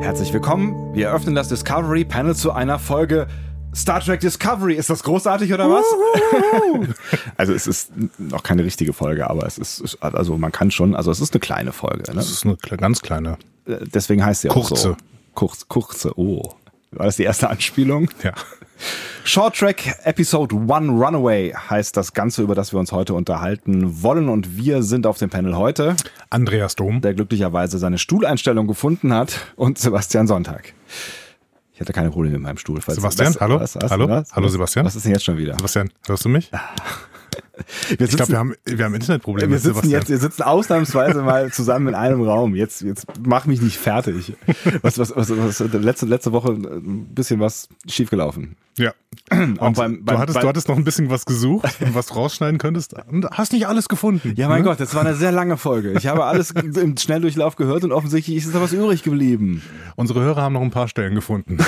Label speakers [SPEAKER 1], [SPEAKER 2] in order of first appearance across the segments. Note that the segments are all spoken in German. [SPEAKER 1] Herzlich willkommen. Wir eröffnen das Discovery Panel zu einer Folge Star Trek Discovery. Ist das großartig oder was? also es ist noch keine richtige Folge, aber es ist also man kann schon, also es ist eine kleine Folge. Ne?
[SPEAKER 2] Das ist eine kle- ganz kleine.
[SPEAKER 1] Deswegen heißt sie auch so.
[SPEAKER 2] Kurze.
[SPEAKER 1] Kurz, kurze. Oh, war das die erste Anspielung?
[SPEAKER 2] Ja.
[SPEAKER 1] Short Track Episode One Runaway heißt das Ganze, über das wir uns heute unterhalten wollen. Und wir sind auf dem Panel heute,
[SPEAKER 2] Andreas Dom.
[SPEAKER 1] der glücklicherweise seine Stuhleinstellung gefunden hat, und Sebastian Sonntag. Ich hatte keine Probleme mit meinem Stuhl. falls-
[SPEAKER 2] Sebastian, hallo? Hallo? Hallo, Sebastian?
[SPEAKER 1] Was ist denn jetzt schon wieder?
[SPEAKER 2] Sebastian, hörst du mich?
[SPEAKER 1] Wir
[SPEAKER 2] Ich glaube,
[SPEAKER 1] sitzen-
[SPEAKER 2] wir haben, wir haben Internetprobleme.
[SPEAKER 1] wir sitzen
[SPEAKER 2] Sebastian.
[SPEAKER 1] jetzt, wir sitzen ausnahmsweise mal zusammen in einem Raum. Jetzt, jetzt mach mich nicht fertig. Was, was, was, was letzte, letzte Woche äh, ein bisschen was schiefgelaufen.
[SPEAKER 2] Ja.
[SPEAKER 1] Auch
[SPEAKER 2] Und
[SPEAKER 1] beim- beim-
[SPEAKER 2] du, hattest,
[SPEAKER 1] beim-
[SPEAKER 2] du hattest noch ein bisschen was gesucht, was du rausschneiden könntest. Und hast nicht alles gefunden. Hm?
[SPEAKER 1] Ja, mein Gott, das war eine sehr lange Folge. Ich habe alles im Schnelldurchlauf gehört und offensichtlich ist da was übrig geblieben.
[SPEAKER 2] Unsere Hörer haben noch ein paar Stellen gefunden.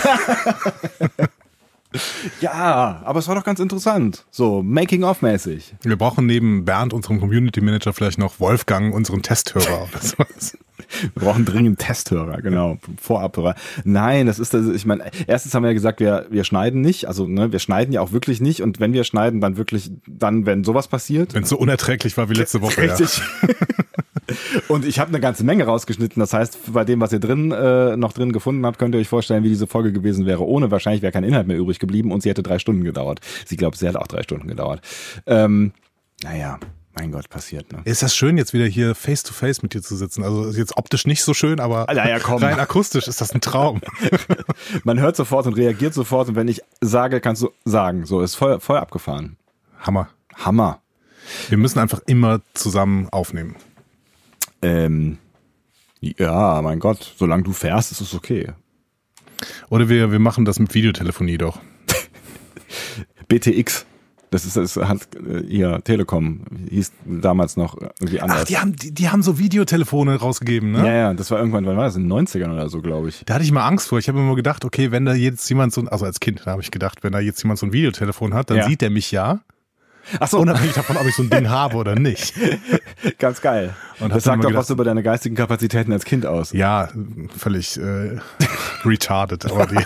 [SPEAKER 1] Ja, aber es war doch ganz interessant. So, Making-of-mäßig.
[SPEAKER 2] Wir brauchen neben Bernd, unserem Community Manager, vielleicht noch Wolfgang, unseren Testhörer oder sowas.
[SPEAKER 1] Wir brauchen dringend Testhörer, genau. Vorabhörer. Nein, das ist, das, ich meine, erstens haben wir ja gesagt, wir, wir schneiden nicht. Also, ne, wir schneiden ja auch wirklich nicht. Und wenn wir schneiden, dann wirklich, dann, wenn sowas passiert.
[SPEAKER 2] Wenn es so unerträglich war wie letzte Woche.
[SPEAKER 1] Richtig. Und ich habe eine ganze Menge rausgeschnitten. Das heißt, bei dem, was ihr drin äh, noch drin gefunden habt, könnt ihr euch vorstellen, wie diese Folge gewesen wäre. Ohne wahrscheinlich wäre kein Inhalt mehr übrig geblieben und sie hätte drei Stunden gedauert. Sie glaubt, sie hätte auch drei Stunden gedauert. Ähm, naja, mein Gott, passiert, ne?
[SPEAKER 2] Ja. Ist das schön, jetzt wieder hier face to face mit dir zu sitzen? Also ist jetzt optisch nicht so schön, aber
[SPEAKER 1] Alter, ja, komm.
[SPEAKER 2] rein akustisch ist das ein Traum.
[SPEAKER 1] Man hört sofort und reagiert sofort und wenn ich sage, kannst du sagen. So, ist voll, voll abgefahren.
[SPEAKER 2] Hammer.
[SPEAKER 1] Hammer.
[SPEAKER 2] Wir müssen einfach immer zusammen aufnehmen.
[SPEAKER 1] Ähm, ja, mein Gott, solange du fährst, ist es okay.
[SPEAKER 2] Oder wir, wir machen das mit Videotelefonie doch.
[SPEAKER 1] BTX. Das ist, das hat äh, ihr Telekom hieß damals noch irgendwie anders.
[SPEAKER 2] Ach, die haben, die, die haben so Videotelefone rausgegeben, ne?
[SPEAKER 1] Ja, ja, das war irgendwann, wann war das? In den 90ern oder so, glaube ich.
[SPEAKER 2] Da hatte ich mal Angst vor. Ich habe immer gedacht, okay, wenn da jetzt jemand so ein, also als Kind habe ich gedacht, wenn da jetzt jemand so ein Videotelefon hat, dann
[SPEAKER 1] Ja.
[SPEAKER 2] sieht der mich ja.
[SPEAKER 1] Ach so,
[SPEAKER 2] Unabhängig davon, ob ich so ein Ding habe oder nicht.
[SPEAKER 1] ganz geil.
[SPEAKER 2] Und hab
[SPEAKER 1] das
[SPEAKER 2] dann
[SPEAKER 1] sagt
[SPEAKER 2] immer
[SPEAKER 1] doch was
[SPEAKER 2] gedacht-
[SPEAKER 1] über deine geistigen Kapazitäten als Kind aus.
[SPEAKER 2] Ja, völlig äh, retarded. Aber die,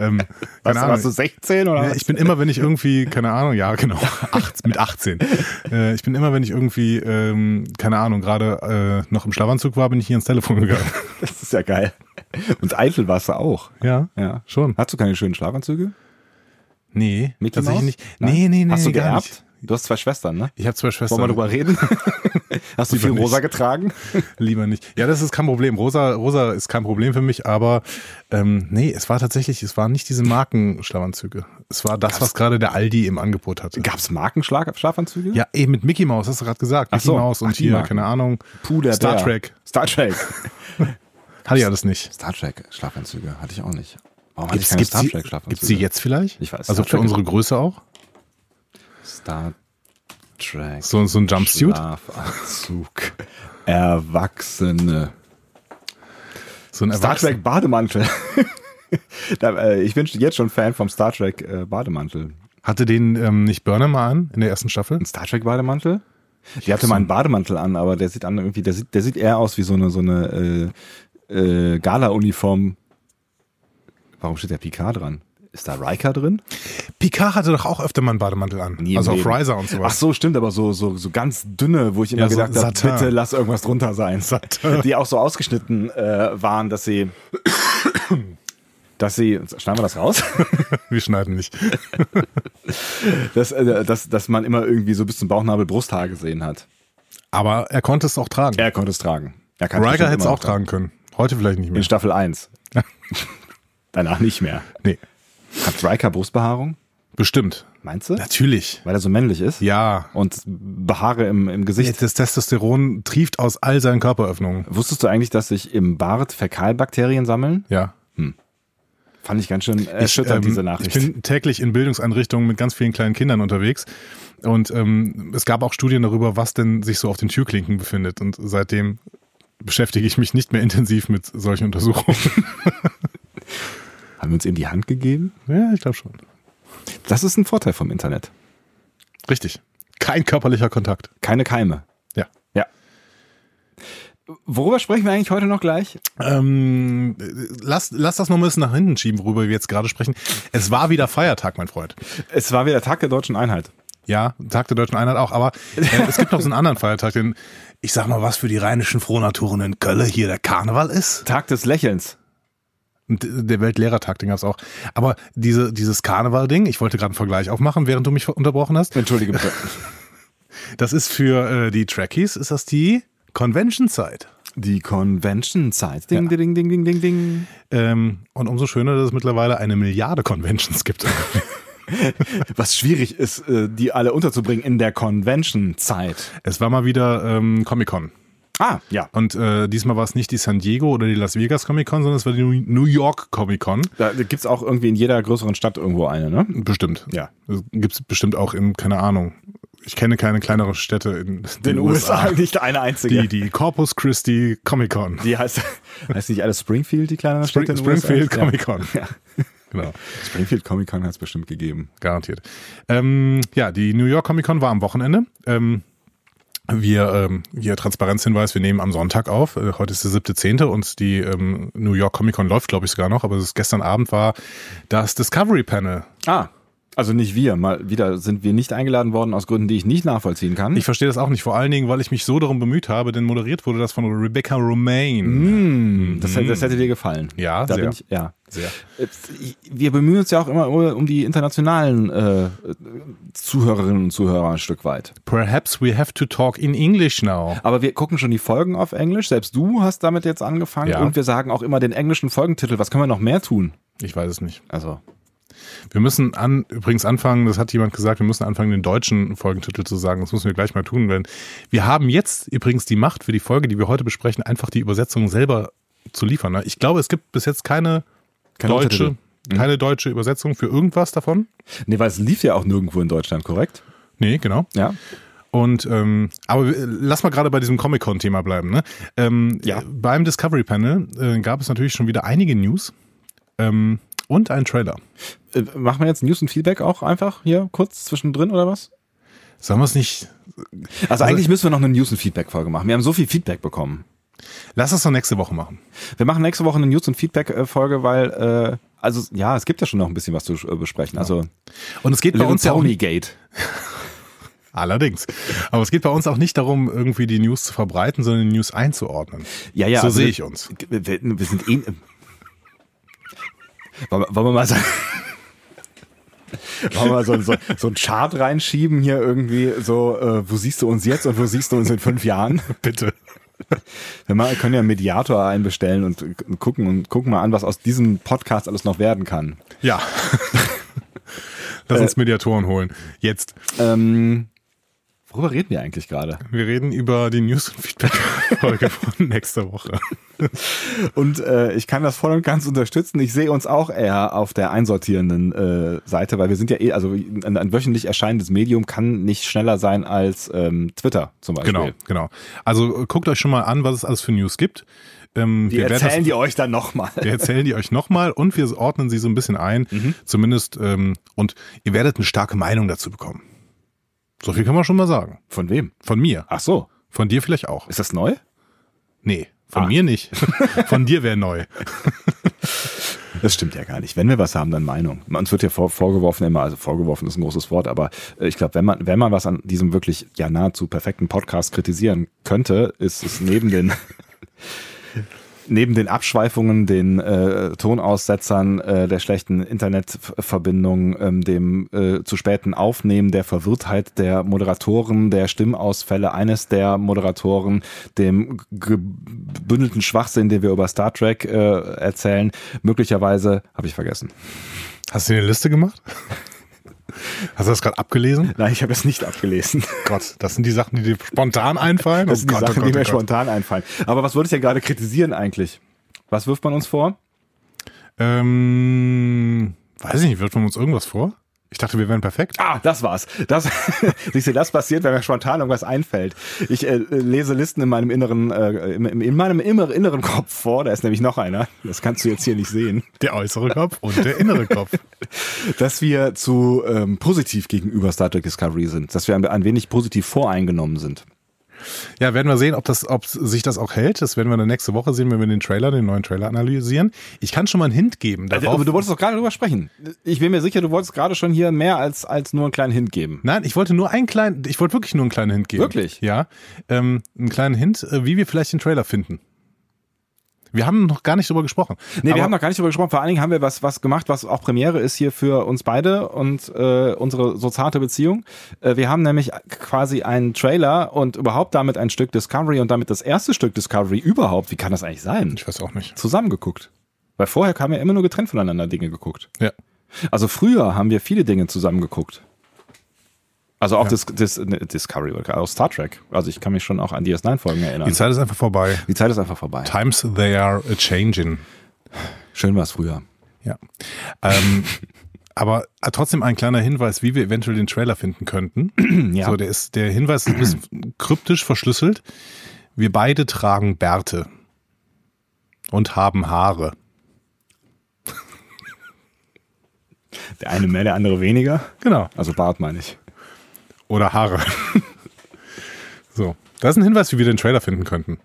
[SPEAKER 2] ähm, keine Ahnung.
[SPEAKER 1] 16
[SPEAKER 2] Ja, Ich bin immer, wenn ich irgendwie, keine Ahnung, ja, genau, acht, mit 18. Äh, ich bin immer, wenn ich irgendwie, ähm, keine Ahnung, gerade äh, noch im Schlafanzug war, bin ich hier ins Telefon gegangen.
[SPEAKER 1] Das ist ja geil. Und eitel warst du auch.
[SPEAKER 2] Ja,
[SPEAKER 1] Ja.
[SPEAKER 2] schon.
[SPEAKER 1] Hast du keine schönen Schlafanzüge?
[SPEAKER 2] Nee,
[SPEAKER 1] Mickey
[SPEAKER 2] tatsächlich
[SPEAKER 1] Mouse?
[SPEAKER 2] nicht.
[SPEAKER 1] Nein?
[SPEAKER 2] Nee, nee, nee.
[SPEAKER 1] Hast du
[SPEAKER 2] gar
[SPEAKER 1] geerbt?
[SPEAKER 2] Nicht.
[SPEAKER 1] Du hast zwei Schwestern, ne?
[SPEAKER 2] Ich habe zwei Schwestern.
[SPEAKER 1] Wollen wir drüber reden? Hast du
[SPEAKER 2] Lieber
[SPEAKER 1] viel
[SPEAKER 2] nicht.
[SPEAKER 1] rosa getragen?
[SPEAKER 2] Lieber nicht. Ja, das ist kein Problem. Rosa, Rosa ist kein Problem für mich, aber ähm, nee, es war tatsächlich, es waren nicht diese Markenschlafanzüge. Es war das, was gerade der Aldi im Angebot hatte.
[SPEAKER 1] Gab's Markenschlag Schlafanzüge?
[SPEAKER 2] Ja, eben mit Mickey Mouse, hast du gerade gesagt. Mickey
[SPEAKER 1] so.
[SPEAKER 2] Mouse und
[SPEAKER 1] Ach, die
[SPEAKER 2] hier,
[SPEAKER 1] Marken.
[SPEAKER 2] keine Ahnung.
[SPEAKER 1] Puder
[SPEAKER 2] Star
[SPEAKER 1] Bär.
[SPEAKER 2] Trek.
[SPEAKER 1] Star Trek.
[SPEAKER 2] Hatte ich alles nicht.
[SPEAKER 1] Star Trek Schlafanzüge hatte ich auch nicht. Warum hatte ich
[SPEAKER 2] Gibt's,
[SPEAKER 1] keine
[SPEAKER 2] gibt's,
[SPEAKER 1] Star
[SPEAKER 2] die,
[SPEAKER 1] Trek Schlafanzüge?
[SPEAKER 2] gibt's die jetzt vielleicht?
[SPEAKER 1] Ich weiß,
[SPEAKER 2] Also
[SPEAKER 1] Star Trek
[SPEAKER 2] für unsere Größe auch?
[SPEAKER 1] Star Trek.
[SPEAKER 2] So, so ein Jumpsuit?
[SPEAKER 1] Schlafanzug. Erwachsene.
[SPEAKER 2] So ein
[SPEAKER 1] Star
[SPEAKER 2] Erwachsen-
[SPEAKER 1] Trek Bademantel. da, äh, ich bin jetzt schon Fan vom Star Trek äh, Bademantel.
[SPEAKER 2] Hatte den ähm, nicht Burner mal an in der ersten Staffel?
[SPEAKER 1] Ein Star Trek Bademantel? Ich hatte mal einen Bademantel an, aber der sieht an irgendwie, der sieht, der sieht eher aus wie so eine so eine äh, äh, Gala-Uniform. Warum steht der Picard dran? Ist da Riker drin?
[SPEAKER 2] Picard hatte doch auch öfter mal einen Bademantel an.
[SPEAKER 1] im
[SPEAKER 2] also auf
[SPEAKER 1] Leben.
[SPEAKER 2] Riser und
[SPEAKER 1] Ach
[SPEAKER 2] sowas.
[SPEAKER 1] so, stimmt, aber so, so, so ganz dünne, wo ich immer
[SPEAKER 2] Ja, so
[SPEAKER 1] gedacht habe,
[SPEAKER 2] Satin.
[SPEAKER 1] bitte lass irgendwas drunter sein. Die auch so ausgeschnitten äh, waren, dass sie. Dass sie, schneiden wir das raus,
[SPEAKER 2] Wir schneiden nicht.
[SPEAKER 1] dass, äh, dass, dass man immer irgendwie so bis zum Bauchnabel Brusthaar gesehen hat.
[SPEAKER 2] Aber er konnte es auch tragen.
[SPEAKER 1] Er konnte es tragen. Er kann
[SPEAKER 2] Riker
[SPEAKER 1] bestimmt
[SPEAKER 2] hätte es
[SPEAKER 1] immer
[SPEAKER 2] auch
[SPEAKER 1] noch
[SPEAKER 2] tragen können. Heute vielleicht nicht
[SPEAKER 1] In
[SPEAKER 2] mehr.
[SPEAKER 1] Staffel 1. Danach nicht mehr.
[SPEAKER 2] Nee,
[SPEAKER 1] Hat Riker Brustbehaarung?
[SPEAKER 2] bestimmt.
[SPEAKER 1] Meinst du?
[SPEAKER 2] Natürlich.
[SPEAKER 1] Weil er so männlich ist?
[SPEAKER 2] Ja.
[SPEAKER 1] Und Behaare im, im Gesicht.
[SPEAKER 2] Das Testosteron trieft aus all seinen Körperöffnungen.
[SPEAKER 1] Wusstest du eigentlich, dass sich im Bart Fäkalbakterien sammeln?
[SPEAKER 2] Ja.
[SPEAKER 1] Fand ich ganz schön erschütternd,
[SPEAKER 2] ähm,
[SPEAKER 1] diese Nachricht.
[SPEAKER 2] Ich bin täglich in Bildungseinrichtungen mit ganz vielen kleinen Kindern unterwegs. Und ähm, es gab auch Studien darüber, was denn sich so auf den Türklinken befindet. Und seitdem beschäftige ich mich nicht mehr intensiv mit solchen Untersuchungen.
[SPEAKER 1] Haben wir uns eben die Hand gegeben?
[SPEAKER 2] ja, ich glaube schon.
[SPEAKER 1] Das ist ein Vorteil vom Internet.
[SPEAKER 2] Richtig. Kein körperlicher Kontakt.
[SPEAKER 1] Keine Keime.
[SPEAKER 2] Ja.
[SPEAKER 1] Ja. Worüber sprechen wir eigentlich heute noch gleich?
[SPEAKER 2] Ähm, lass, lass das noch ein bisschen nach hinten schieben, worüber wir jetzt gerade sprechen. Es war wieder Feiertag, mein Freund.
[SPEAKER 1] Es war wieder Tag der deutschen Einheit.
[SPEAKER 2] Ja, Tag der deutschen Einheit auch, aber äh, es gibt noch so einen anderen Feiertag, den, ich sag mal, was für die rheinischen Frohnaturen in Kölle hier der Karneval ist.
[SPEAKER 1] Tag des Lächelns.
[SPEAKER 2] Und äh, der Weltlehrertag, den gab's auch. Aber diese, dieses Karneval-Ding, ich wollte gerade einen Vergleich aufmachen, während du mich unterbrochen hast.
[SPEAKER 1] Entschuldige bitte.
[SPEAKER 2] Das ist für äh, die Trekkies, ist das die Convention-Zeit.
[SPEAKER 1] Die Convention Zeit. Ding, ding, ding, ding, ding, ding.
[SPEAKER 2] Ähm, und umso schöner, dass es mittlerweile eine Milliarde Conventions gibt.
[SPEAKER 1] Was schwierig ist, äh, die alle unterzubringen in der Convention Zeit.
[SPEAKER 2] es war mal wieder ähm, Comic-Con.
[SPEAKER 1] Ah, ja.
[SPEAKER 2] Und äh, diesmal war es nicht die San Diego oder die Las Vegas Comic-Con, sondern es war die New New York Comic-Con.
[SPEAKER 1] Da gibt's auch irgendwie in jeder größeren Stadt irgendwo eine, ne?
[SPEAKER 2] Bestimmt.
[SPEAKER 1] Ja.
[SPEAKER 2] Gibt es bestimmt auch in, keine Ahnung. Ich kenne keine kleinere Städte in den,
[SPEAKER 1] nicht eine einzige.
[SPEAKER 2] Die,
[SPEAKER 1] Die,
[SPEAKER 2] die Corpus Christi Comic-Con.
[SPEAKER 1] heißt, heißt nicht alles Springfield, die kleinere
[SPEAKER 2] Spring,
[SPEAKER 1] Stadt in den
[SPEAKER 2] Springfield
[SPEAKER 1] USA?
[SPEAKER 2] Comic-Con.
[SPEAKER 1] Ja.
[SPEAKER 2] Genau.
[SPEAKER 1] Ja. Springfield Comic Con hat's bestimmt gegeben.
[SPEAKER 2] garantiert. Ähm, ja, die New York Comic Con war am Wochenende. Ähm, wir, ähm, hier Transparenzhinweis, wir nehmen am Sonntag auf. Äh, heute ist der 7.10. und die ähm, New York Comic Con läuft, glaube ich, sogar noch. Aber es ist gestern Abend war das Discovery Panel.
[SPEAKER 1] Ah. Also nicht wir, mal wieder sind wir nicht eingeladen worden aus Gründen, die ich nicht nachvollziehen kann.
[SPEAKER 2] Ich verstehe das auch nicht, vor allen Dingen, weil ich mich so darum bemüht habe, denn moderiert wurde das von Rebecca
[SPEAKER 1] Mhm.
[SPEAKER 2] Romaine.
[SPEAKER 1] das, hätte- das hätte dir gefallen.
[SPEAKER 2] Hm. Ja,
[SPEAKER 1] da
[SPEAKER 2] sehr.
[SPEAKER 1] Bin ich, ja. Äh,
[SPEAKER 2] Sehr.
[SPEAKER 1] Wir bemühen uns ja auch immer um die internationalen äh, Zuhörerinnen und Zuhörer ein Stück weit.
[SPEAKER 2] Perhaps we have to talk in English now.
[SPEAKER 1] Aber wir gucken schon die Folgen auf Englisch. Selbst du hast damit jetzt angefangen.
[SPEAKER 2] Ja.
[SPEAKER 1] Und wir sagen auch immer den englischen Folgentitel. Was können wir noch mehr tun?
[SPEAKER 2] Ich weiß es nicht.
[SPEAKER 1] Also,
[SPEAKER 2] Wir müssen an, übrigens anfangen, das hat jemand gesagt, wir müssen anfangen, den deutschen Folgentitel zu sagen. Das müssen wir gleich mal tun, denn wir haben jetzt übrigens die Macht für die Folge, die wir heute besprechen, einfach die Übersetzung selber zu liefern. ne? Ich glaube, es gibt bis jetzt keine
[SPEAKER 1] Keine
[SPEAKER 2] deutsche,
[SPEAKER 1] Untertitel. Mhm.
[SPEAKER 2] keine deutsche Übersetzung für irgendwas davon.
[SPEAKER 1] nee, weil es lief ja auch nirgendwo in Deutschland, korrekt?
[SPEAKER 2] Nee, genau.
[SPEAKER 1] Ja.
[SPEAKER 2] Und ähm, aber wir- lass mal gerade bei diesem Comic-Con-Thema bleiben. Ne? Ähm,
[SPEAKER 1] Ja.
[SPEAKER 2] Beim Discovery Panel äh, gab es natürlich schon wieder einige News ähm, und einen Trailer.
[SPEAKER 1] Äh, machen wir jetzt News und Feedback auch einfach hier kurz zwischendrin oder was?
[SPEAKER 2] Sollen wir es nicht
[SPEAKER 1] Also, eigentlich müssen wir noch eine News und Feedback-Folge machen. Wir haben so viel Feedback bekommen.
[SPEAKER 2] Lass es doch nächste Woche machen.
[SPEAKER 1] Wir machen nächste Woche eine News- und Feedback-Folge, weil, äh, also ja, es gibt ja schon noch ein bisschen was zu äh, besprechen. Also
[SPEAKER 2] Und es geht bei
[SPEAKER 1] Little
[SPEAKER 2] uns ja auch
[SPEAKER 1] Tony Gate.
[SPEAKER 2] Allerdings. Aber es geht bei uns auch nicht darum, irgendwie die News zu verbreiten, sondern die News einzuordnen.
[SPEAKER 1] Ja, ja.
[SPEAKER 2] so
[SPEAKER 1] also
[SPEAKER 2] sehe
[SPEAKER 1] wir-
[SPEAKER 2] ich uns.
[SPEAKER 1] Wir, wir sind eh. Wollen wir, wollen wir mal sagen. Wollen wir mal so, so, so ein Chart reinschieben hier irgendwie, so, äh, wo siehst du uns jetzt und wo siehst du uns in fünf Jahren?
[SPEAKER 2] Bitte.
[SPEAKER 1] Wir mal- können ja einen Mediator einbestellen und äh, gucken und gucken mal an, was aus diesem Podcast alles noch werden kann.
[SPEAKER 2] Ja.
[SPEAKER 1] Äh.
[SPEAKER 2] Lass uns Mediatoren holen. Jetzt.
[SPEAKER 1] Ähm, worüber reden wir eigentlich gerade?
[SPEAKER 2] Wir reden über die News- und Feedback-Folge von nächster Woche.
[SPEAKER 1] Und äh, ich kann das voll und ganz unterstützen. Ich sehe uns auch eher auf der einsortierenden äh, Seite, weil wir sind ja eh, also ein, ein wöchentlich erscheinendes Medium kann nicht schneller sein als ähm, Twitter zum Beispiel.
[SPEAKER 2] Genau, genau. Also äh, guckt euch schon mal an, was es alles für News gibt. Ähm,
[SPEAKER 1] Wir
[SPEAKER 2] werden
[SPEAKER 1] erzählen
[SPEAKER 2] das,
[SPEAKER 1] die euch dann nochmal.
[SPEAKER 2] wir erzählen die euch nochmal und wir ordnen sie so ein bisschen ein.
[SPEAKER 1] Mhm.
[SPEAKER 2] Zumindest. Ähm, und ihr werdet eine starke Meinung dazu bekommen. So viel kann man schon mal sagen.
[SPEAKER 1] Von wem?
[SPEAKER 2] Von mir.
[SPEAKER 1] Ach so,
[SPEAKER 2] Von dir vielleicht auch.
[SPEAKER 1] ist das neu?
[SPEAKER 2] Nee, von
[SPEAKER 1] Ah.
[SPEAKER 2] mir nicht. Von dir wäre neu.
[SPEAKER 1] Das stimmt ja gar nicht. Wenn wir was haben, dann Meinung. Uns wird ja vor, vorgeworfen immer, also vorgeworfen ist ein großes Wort, aber äh, ich glaube, wenn man, wenn man was an diesem wirklich ja nahezu perfekten Podcast kritisieren könnte, ist es neben den neben den Abschweifungen, den äh, Tonaussetzern, äh, der schlechten Internetverbindung, ähm, dem äh, zu späten Aufnehmen, der Verwirrtheit der Moderatoren, der Stimmausfälle eines der Moderatoren, dem gebündelten Schwachsinn, den wir über Star Trek äh, erzählen, möglicherweise habe ich vergessen.
[SPEAKER 2] Hast du dir eine Liste gemacht? Hast du das gerade abgelesen?
[SPEAKER 1] Nein, ich habe es nicht abgelesen.
[SPEAKER 2] Gott, das sind die Sachen, die dir spontan einfallen.
[SPEAKER 1] Das sind die
[SPEAKER 2] Oh Gott, oh
[SPEAKER 1] Sachen,
[SPEAKER 2] Gott,
[SPEAKER 1] die mir
[SPEAKER 2] Gott.
[SPEAKER 1] spontan einfallen. Aber was wollte ich ja gerade kritisieren eigentlich? Was wirft man uns vor?
[SPEAKER 2] Ähm, weiß ich nicht, wirft man uns irgendwas vor? Ich dachte, wir wären perfekt.
[SPEAKER 1] Ah, das war's. Das, siehst du, das passiert, wenn mir spontan irgendwas einfällt. Ich äh, lese Listen in meinem inneren, äh, im- im- in meinem immer inneren Kopf vor. Da ist nämlich noch einer. Das kannst du jetzt hier nicht sehen.
[SPEAKER 2] Der äußere Kopf und der innere Kopf.
[SPEAKER 1] Dass wir zu ähm, positiv gegenüber Star Trek Discovery sind. Dass wir ein, ein wenig positiv voreingenommen sind.
[SPEAKER 2] Ja, werden wir sehen, ob, das, ob sich das auch hält. Das werden wir dann nächste Woche sehen, wenn wir den Trailer, den neuen Trailer analysieren. Ich kann schon mal einen Hint geben.
[SPEAKER 1] Also, aber du wolltest doch gerade drüber sprechen. Ich bin mir sicher, du wolltest gerade schon hier mehr als, als nur einen kleinen Hint geben.
[SPEAKER 2] Nein, ich wollte nur einen kleinen, ich wollte wirklich nur einen kleinen Hint geben.
[SPEAKER 1] Wirklich?
[SPEAKER 2] Ja. Ähm, einen kleinen Hint, äh, wie wir vielleicht den Trailer finden. Wir haben noch gar nicht drüber gesprochen.
[SPEAKER 1] Nee,
[SPEAKER 2] Aber-
[SPEAKER 1] wir haben noch gar nicht darüber gesprochen. Vor allen Dingen haben wir was, was gemacht, was auch Premiere ist hier für uns beide und äh, unsere so zarte Beziehung. Äh, wir haben nämlich quasi einen Trailer und überhaupt damit ein Stück Discovery und damit das erste Stück Discovery überhaupt, wie kann das eigentlich sein,
[SPEAKER 2] Ich weiß auch nicht.
[SPEAKER 1] zusammengeguckt. Weil vorher haben wir immer nur getrennt voneinander Dinge geguckt.
[SPEAKER 2] Ja.
[SPEAKER 1] Also früher haben wir viele Dinge zusammengeguckt. Also auch Dis Dis ne, Discovery, oder auch Star Trek. Also ich kann mich schon auch an DS9-Folgen erinnern.
[SPEAKER 2] Die Zeit ist einfach vorbei.
[SPEAKER 1] Die Zeit ist einfach vorbei.
[SPEAKER 2] Times they are a changing.
[SPEAKER 1] Schön war es früher.
[SPEAKER 2] Ja. Ähm, aber äh, trotzdem ein kleiner Hinweis, wie wir eventuell den Trailer finden könnten.
[SPEAKER 1] Ja.
[SPEAKER 2] So, der, ist, der Hinweis ist ein bisschen kryptisch verschlüsselt. Wir beide tragen Bärte und haben Haare.
[SPEAKER 1] Der eine mehr, der andere weniger.
[SPEAKER 2] Genau.
[SPEAKER 1] Also Bart meine ich.
[SPEAKER 2] Oder Haare. so, das ist ein Hinweis, wie wir den Trailer finden könnten.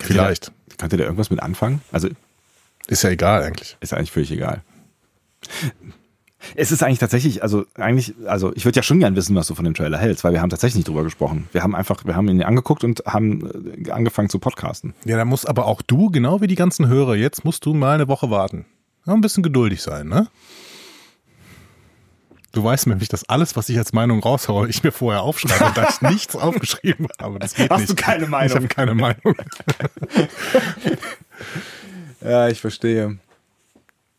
[SPEAKER 2] Vielleicht.
[SPEAKER 1] Könnte der irgendwas mit anfangen? Also
[SPEAKER 2] Ist ja egal eigentlich.
[SPEAKER 1] ist eigentlich völlig egal. Es ist eigentlich tatsächlich, also eigentlich, also ich würde ja schon gern wissen, was du von dem Trailer hältst, weil wir haben tatsächlich nicht drüber gesprochen. Wir haben einfach, wir haben ihn angeguckt und haben äh, angefangen zu podcasten.
[SPEAKER 2] Ja, da musst aber auch du, genau wie die ganzen Hörer, jetzt musst du mal eine Woche warten. Ja, ein bisschen geduldig sein, ne? Du weißt nämlich, dass alles, was ich als Meinung raushaue, ich mir vorher aufschreibe und da ich nichts aufgeschrieben habe. Das geht
[SPEAKER 1] Hast
[SPEAKER 2] nicht.
[SPEAKER 1] du keine Meinung?
[SPEAKER 2] Ich habe keine Meinung.
[SPEAKER 1] Ja, ich verstehe.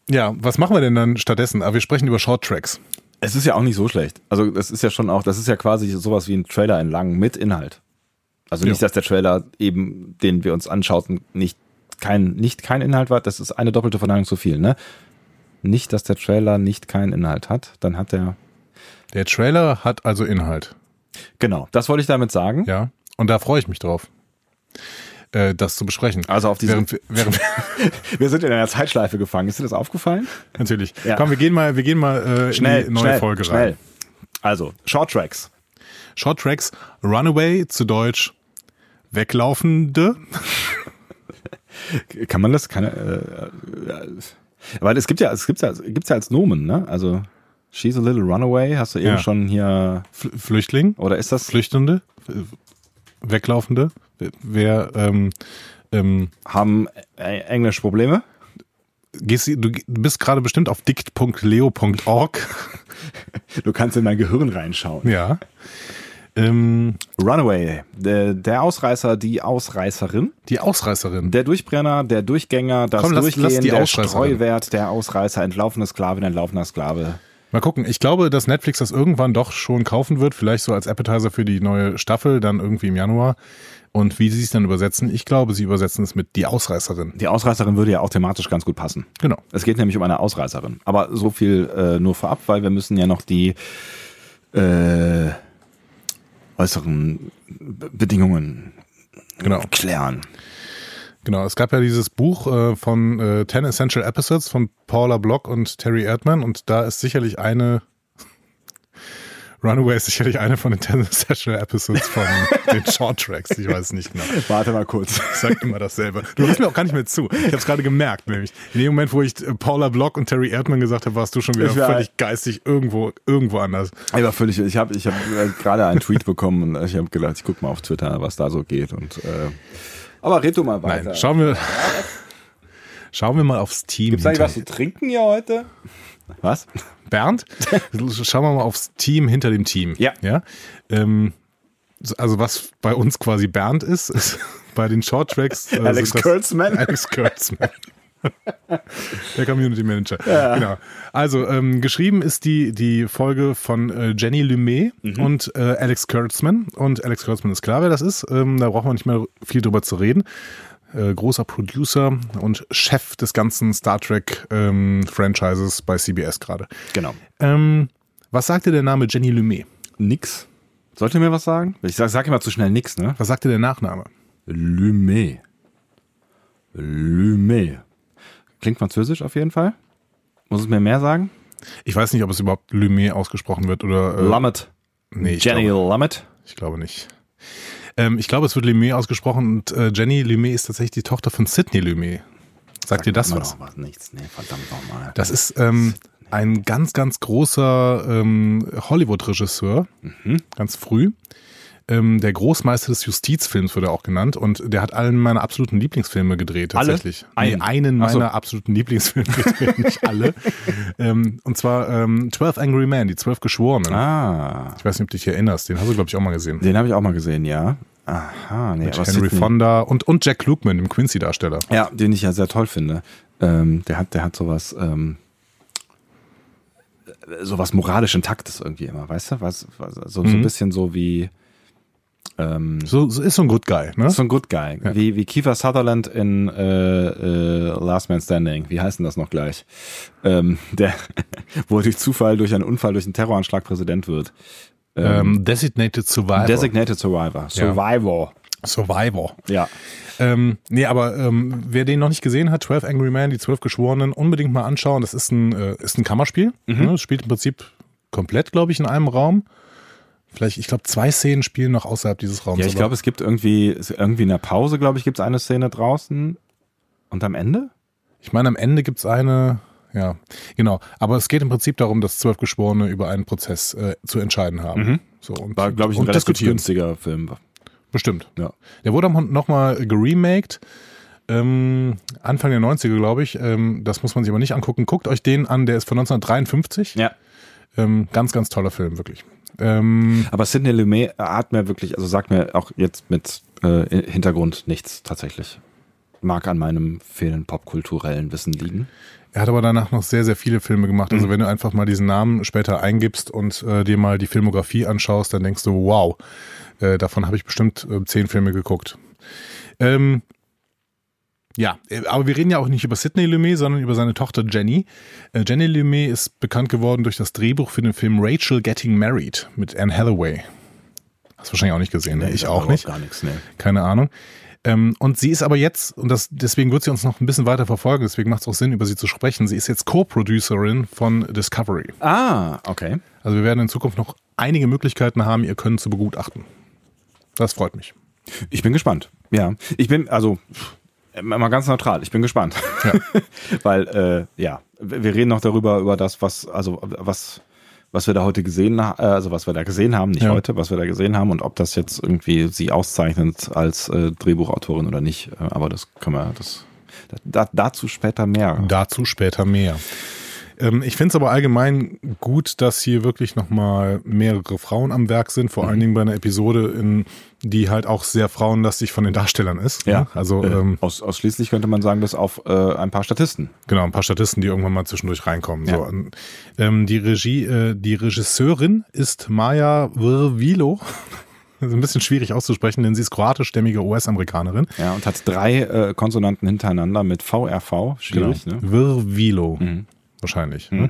[SPEAKER 2] Ja, was machen wir denn dann stattdessen? Aber wir sprechen über Shorttracks.
[SPEAKER 1] Es ist ja auch nicht so schlecht. Also das ist ja schon auch, das ist ja quasi sowas wie ein Trailer in lang mit Inhalt. Also nicht,
[SPEAKER 2] Ja.
[SPEAKER 1] dass der Trailer eben, den wir uns anschauten, nicht kein, nicht kein Inhalt war. Das ist eine doppelte Verneinung zu viel, ne? Nicht, dass der Trailer nicht keinen Inhalt hat, dann hat er.
[SPEAKER 2] Der Trailer hat also Inhalt.
[SPEAKER 1] Genau, das wollte ich damit sagen.
[SPEAKER 2] Ja. Und da freue ich mich drauf, äh, das zu besprechen.
[SPEAKER 1] Also auf diese-
[SPEAKER 2] Während, wir- während,
[SPEAKER 1] Wir sind in einer Zeitschleife gefangen. Ist dir das aufgefallen?
[SPEAKER 2] natürlich.
[SPEAKER 1] Ja.
[SPEAKER 2] Komm, wir gehen mal, wir gehen mal äh, in die neue Folge rein.
[SPEAKER 1] Schnell. Also, Short Tracks.
[SPEAKER 2] Short Tracks, Runaway zu Deutsch Weglaufende.
[SPEAKER 1] Kann man das? Kann, äh, äh, aber es gibt ja, es gibt ja, es gibt's ja als Nomen, ne? Also She's a Little Runaway, hast du eben
[SPEAKER 2] Ja.
[SPEAKER 1] schon hier.
[SPEAKER 2] Fl Flüchtling,
[SPEAKER 1] Oder ist das
[SPEAKER 2] Flüchtende, äh, Weglaufende. Wer, ähm, ähm,
[SPEAKER 1] haben äh, Englisch Probleme?
[SPEAKER 2] gehst, du du bist gerade bestimmt auf dict.leo.org.
[SPEAKER 1] Du kannst in mein Gehirn reinschauen.
[SPEAKER 2] ja. Ähm,
[SPEAKER 1] Runaway, der, der Ausreißer, die Ausreißerin,
[SPEAKER 2] die Ausreißerin.
[SPEAKER 1] der Durchbrenner, der Durchgänger, das
[SPEAKER 2] Komm, lass-
[SPEAKER 1] Durchgehen,
[SPEAKER 2] lass die
[SPEAKER 1] der
[SPEAKER 2] Ausreißerin.
[SPEAKER 1] Streuwert, der Ausreißer, entlaufene Sklavin, entlaufener Sklave.
[SPEAKER 2] Mal gucken. Ich glaube, dass Netflix das irgendwann doch schon kaufen wird. Vielleicht so als Appetizer für die neue Staffel, dann irgendwie im Januar. Und wie sie es dann übersetzen, ich glaube, sie übersetzen es mit die Ausreißerin.
[SPEAKER 1] Die Ausreißerin würde ja auch thematisch ganz gut passen.
[SPEAKER 2] Genau.
[SPEAKER 1] Es geht nämlich um eine Ausreißerin. Aber so viel äh, nur vorab, weil wir müssen ja noch die äh, äußeren B Bedingungen
[SPEAKER 2] Genau.
[SPEAKER 1] klären.
[SPEAKER 2] Genau, es gab ja dieses Buch äh, von äh, 10 Essential Episodes von Paula Block und Terry Erdmann und da ist sicherlich eine Runaway ist sicherlich eine von den 10 Essential Episodes von den Short Tracks, ich weiß es nicht genau.
[SPEAKER 1] Warte mal kurz.
[SPEAKER 2] Ich sag immer dasselbe. Du hörst mir auch gar nicht mehr zu. Ich habe es gerade gemerkt, nämlich in dem Moment, wo ich äh, Paula Block und Terry Erdmann gesagt habe, warst du schon wieder
[SPEAKER 1] Ich war-
[SPEAKER 2] völlig geistig irgendwo irgendwo anders.
[SPEAKER 1] Ich war völlig, ich habe ich hab äh, gerade einen Tweet bekommen und ich habe gedacht, ich guck mal auf Twitter, was da so geht. Und, äh, aber red du mal weiter.
[SPEAKER 2] Nein, schauen wir schauen wir mal aufs Team. hinterher.
[SPEAKER 1] zu trinken hier heute? Was?
[SPEAKER 2] Bernd, schauen wir mal aufs Team hinter dem Team.
[SPEAKER 1] Ja.
[SPEAKER 2] ja? Ähm, so- also was bei uns quasi Bernd ist, ist bei den Short Tracks. äh,
[SPEAKER 1] Alex
[SPEAKER 2] sind das-
[SPEAKER 1] Kurtzman.
[SPEAKER 2] Alex Kurtzman. Der Community Manager. Genau. Also ähm, geschrieben ist die, die Folge von äh, Jenny Lumet
[SPEAKER 1] Mhm.
[SPEAKER 2] und äh, Alex Kurtzman. Und Alex Kurtzman ist klar, wer das ist. Ähm, da braucht man nicht mehr viel drüber zu reden äh, großer Producer und Chef des ganzen Star Trek ähm, Franchises bei CBS gerade.
[SPEAKER 1] Genau.
[SPEAKER 2] Ähm, was sagte der Name Jenny Lumet?
[SPEAKER 1] Nix. Sollte mir was sagen? Ich sag, sag immer zu schnell nix, ne?
[SPEAKER 2] Was sagte der Nachname?
[SPEAKER 1] Lumet. Lumet. Klingt französisch auf jeden Fall. Muss es mir mehr sagen?
[SPEAKER 2] Ich weiß nicht, ob es überhaupt Lumet ausgesprochen wird oder. Äh,
[SPEAKER 1] Lamet.
[SPEAKER 2] nee, ich
[SPEAKER 1] Jenny
[SPEAKER 2] glaube,
[SPEAKER 1] Lamet.
[SPEAKER 2] ich glaube nicht. Ähm, ich glaube, es wird Lumet ausgesprochen und äh, Jenny Lumet ist tatsächlich die Tochter von Sidney Lumet. Sagt ihr das
[SPEAKER 1] Immer
[SPEAKER 2] was?
[SPEAKER 1] noch was? Nichts, nee, verdammt nochmal.
[SPEAKER 2] Das ist ähm, ein ganz, ganz großer ähm, Hollywood-Regisseur,
[SPEAKER 1] Mhm.
[SPEAKER 2] ganz früh. Ähm, der Großmeister des Justizfilms wird er auch genannt und der hat einen meiner absoluten Lieblingsfilme gedreht
[SPEAKER 1] Alle?
[SPEAKER 2] tatsächlich. Nee,
[SPEAKER 1] Einen?
[SPEAKER 2] einen
[SPEAKER 1] Ach
[SPEAKER 2] meiner
[SPEAKER 1] so.
[SPEAKER 2] absoluten Lieblingsfilme gedreht, nicht alle. ähm, und zwar ähm, 12 Angry Men, die 12 Geschworenen.
[SPEAKER 1] Ah,
[SPEAKER 2] Ich weiß nicht, ob du dich erinnerst, den hast du glaube ich auch mal gesehen.
[SPEAKER 1] den habe ich auch mal gesehen, ja. Aha, nee, aber
[SPEAKER 2] Mit Henry
[SPEAKER 1] Sidney-
[SPEAKER 2] Fonda und, und Jack Klugman, dem Quincy-Darsteller.
[SPEAKER 1] Ja, den ich ja sehr toll finde. Ähm, der hat, der hat sowas, ähm, sowas moralisch intaktes irgendwie immer, weißt du? Was, was, so, so ein
[SPEAKER 2] Mhm.
[SPEAKER 1] bisschen so wie
[SPEAKER 2] So, so ist so ein Good Guy, ne?
[SPEAKER 1] Hm. so ein Good Guy, wie, wie Kiefer Sutherland in äh, äh, Last Man Standing. Wie heißt denn das noch gleich? Ähm, der, wo er durch Zufall, durch einen Unfall, durch einen Terroranschlag Präsident wird.
[SPEAKER 2] ähm, Designated Survivor.
[SPEAKER 1] Designated Survivor. Survivor.
[SPEAKER 2] Survivor.
[SPEAKER 1] Ja.
[SPEAKER 2] Ähm, nee, aber ähm, wer den noch nicht gesehen hat, 12 Angry Men, die 12 Geschworenen, unbedingt mal anschauen. Das ist ein, äh, ist ein Kammerspiel.
[SPEAKER 1] Mhm.
[SPEAKER 2] Ne? Das spielt im Prinzip komplett, glaube ich, in einem Raum. Vielleicht, ich glaube, zwei Szenen spielen noch außerhalb dieses Raums.
[SPEAKER 1] Ja, ich
[SPEAKER 2] aber-
[SPEAKER 1] glaube, es gibt irgendwie, irgendwie in der Pause, glaube ich, gibt es eine Szene draußen und am Ende?
[SPEAKER 2] Ich meine, am Ende gibt's eine, ja, genau. Aber es geht im Prinzip darum, dass zwölf Geschworene über einen Prozess äh, zu entscheiden haben. So, und,
[SPEAKER 1] Mhm. War, glaube ich, ein
[SPEAKER 2] und
[SPEAKER 1] relativ
[SPEAKER 2] diskutieren.
[SPEAKER 1] günstiger Film.
[SPEAKER 2] Bestimmt.
[SPEAKER 1] Ja.
[SPEAKER 2] Der wurde nochmal geremaked. Ähm, Anfang der 90er, glaube ich. Ähm, das muss man sich aber nicht angucken. Guckt euch den an, der ist von 1953.
[SPEAKER 1] Ja.
[SPEAKER 2] Ähm, ganz, ganz toller Film, wirklich. Ähm,
[SPEAKER 1] Aber Sidney Lumet hat mir wirklich, also sagt mir auch jetzt mit äh, Hintergrund nichts tatsächlich. Mag an meinem fehlenden popkulturellen Wissen liegen.
[SPEAKER 2] er hat aber danach noch sehr, sehr viele Filme gemacht. Also wenn du einfach mal diesen Namen später eingibst und äh, dir mal die Filmografie anschaust, dann denkst du, wow, äh, davon habe ich bestimmt äh, zehn Filme geguckt. Ähm, ja, äh, aber wir reden ja auch nicht über Sidney Lumet, sondern über seine Tochter Jenny. Äh, Jenny Lumet ist bekannt geworden durch das Drehbuch für den Film Rachel Getting Married mit Anne Hathaway. Hast du wahrscheinlich auch nicht gesehen, ne? ich auch nicht.
[SPEAKER 1] Gar nichts, ne.
[SPEAKER 2] keine Ahnung. Ähm, und sie ist aber jetzt, und das, deswegen wird sie uns noch ein bisschen weiter verfolgen, deswegen macht es auch Sinn, über sie zu sprechen. Sie ist jetzt Co-Producerin von Discovery.
[SPEAKER 1] Ah, okay.
[SPEAKER 2] Also wir werden in Zukunft noch einige Möglichkeiten haben, ihr Können zu begutachten. Das freut mich.
[SPEAKER 1] Ich bin gespannt. Ja. Ich bin, also, äh, mal ganz neutral, ich bin gespannt. Weil, äh, ja, wir wir reden noch darüber, über das, was, also, was, was wir da heute gesehen haben, also was wir da gesehen haben, nicht
[SPEAKER 2] Ja.
[SPEAKER 1] heute, was wir da gesehen haben und ob das jetzt irgendwie sie auszeichnet als äh, Drehbuchautorin oder nicht. Äh, Aber das können wir, das, da, dazu später mehr.
[SPEAKER 2] Dazu später mehr. Ähm, ich finde es aber allgemein gut, dass hier wirklich nochmal mehrere Frauen am Werk sind, vor allen Dingen bei einer Episode, in, die halt auch sehr frauenlastig von den Darstellern ist. ne? Also
[SPEAKER 1] äh,
[SPEAKER 2] ähm,
[SPEAKER 1] aus, ausschließlich könnte man sagen, bis auf äh, ein paar Statisten.
[SPEAKER 2] Genau, ein paar Statisten, die irgendwann mal zwischendurch reinkommen.
[SPEAKER 1] Ja.
[SPEAKER 2] So, und, ähm, die Regie, äh, die Regisseurin ist Maya Vrvilo. Das ist ein bisschen schwierig auszusprechen, denn sie ist kroatischstämmige US-Amerikanerin.
[SPEAKER 1] Ja, und hat drei äh, Konsonanten hintereinander mit VRV. Schwierig,
[SPEAKER 2] Genau.
[SPEAKER 1] ne? Mhm.
[SPEAKER 2] Vrvilo. Wahrscheinlich. Ne?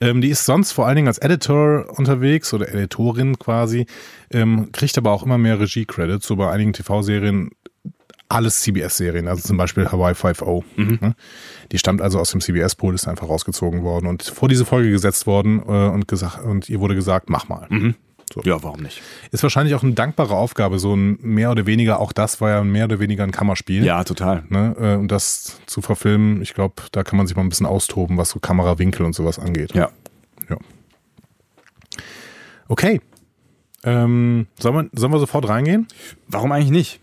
[SPEAKER 2] Ähm, die ist sonst vor allen Dingen als Editor unterwegs oder Editorin quasi, ähm, kriegt aber auch immer mehr Regie-Credits, so bei einigen TV-Serien, alles CBS-Serien, also zum Beispiel Hawaii 5.0.
[SPEAKER 1] Mhm.
[SPEAKER 2] Ne? Die stammt also aus dem CBS-Pool, ist einfach rausgezogen worden und vor diese Folge gesetzt worden äh, und, gesagt, und ihr wurde gesagt, mach mal.
[SPEAKER 1] Mhm. Ja, warum nicht?
[SPEAKER 2] Ist wahrscheinlich auch eine dankbare Aufgabe, so ein mehr oder weniger, auch das war ja mehr oder weniger ein Kammerspiel.
[SPEAKER 1] Ja, total.
[SPEAKER 2] Ne, äh, und das zu verfilmen, ich glaube, da kann man sich mal ein bisschen austoben, was so Kamerawinkel und sowas angeht.
[SPEAKER 1] Ja.
[SPEAKER 2] Ja. Okay. Ähm, sollen, wir, sollen wir sofort reingehen?
[SPEAKER 1] Warum eigentlich nicht?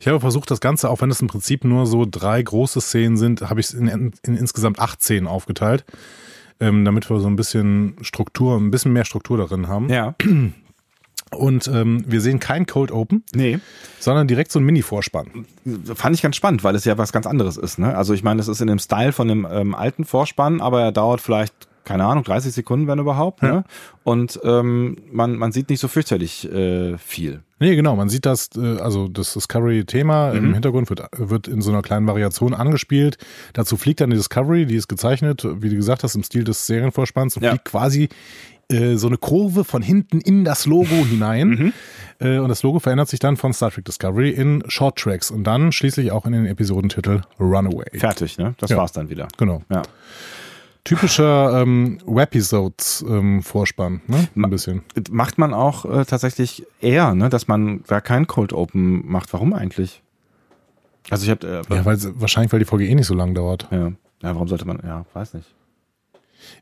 [SPEAKER 2] Ich habe versucht, das Ganze, auch wenn es im Prinzip nur so drei große Szenen sind, habe ich es in, in insgesamt acht Szenen aufgeteilt, ähm, damit wir so ein bisschen Struktur, ein bisschen mehr Struktur darin haben.
[SPEAKER 1] Ja.
[SPEAKER 2] Und ähm, wir sehen kein Cold Open,
[SPEAKER 1] Nee.
[SPEAKER 2] sondern direkt so ein Mini-Vorspann.
[SPEAKER 1] Fand ich ganz spannend, weil es ja was ganz anderes ist. Ne? Also ich meine, es ist in dem Style von dem ähm, alten Vorspann, aber er dauert vielleicht, keine Ahnung, 30 Sekunden, wenn überhaupt. Ne? Und ähm, man, man sieht nicht so fürchterlich äh, viel.
[SPEAKER 2] Nee, genau, man sieht das, äh, also das Discovery-Thema im Hintergrund wird, wird in so einer kleinen Variation angespielt. Dazu fliegt dann die Discovery, die ist gezeichnet, wie du gesagt hast, im Stil des Serienvorspanns und
[SPEAKER 1] Ja.
[SPEAKER 2] fliegt quasi äh, so eine Kurve von hinten in das Logo hinein. Äh, und das Logo verändert sich dann von Star Trek Discovery in Short Tracks und dann schließlich auch in den Episodentitel Runaway.
[SPEAKER 1] Fertig, ne? Das
[SPEAKER 2] Ja.
[SPEAKER 1] war's dann wieder.
[SPEAKER 2] Genau.
[SPEAKER 1] Ja.
[SPEAKER 2] typischer ähm, Webisodes-Vorspann, ne? Ein bisschen.
[SPEAKER 1] Macht man auch äh, tatsächlich eher, ne? dass man da kein Cold Open macht. Warum eigentlich? Also ich habe äh,
[SPEAKER 2] Ja, weil wahrscheinlich, weil die Folge eh nicht so lang dauert.
[SPEAKER 1] ja. ja, warum sollte man? Ja, weiß nicht.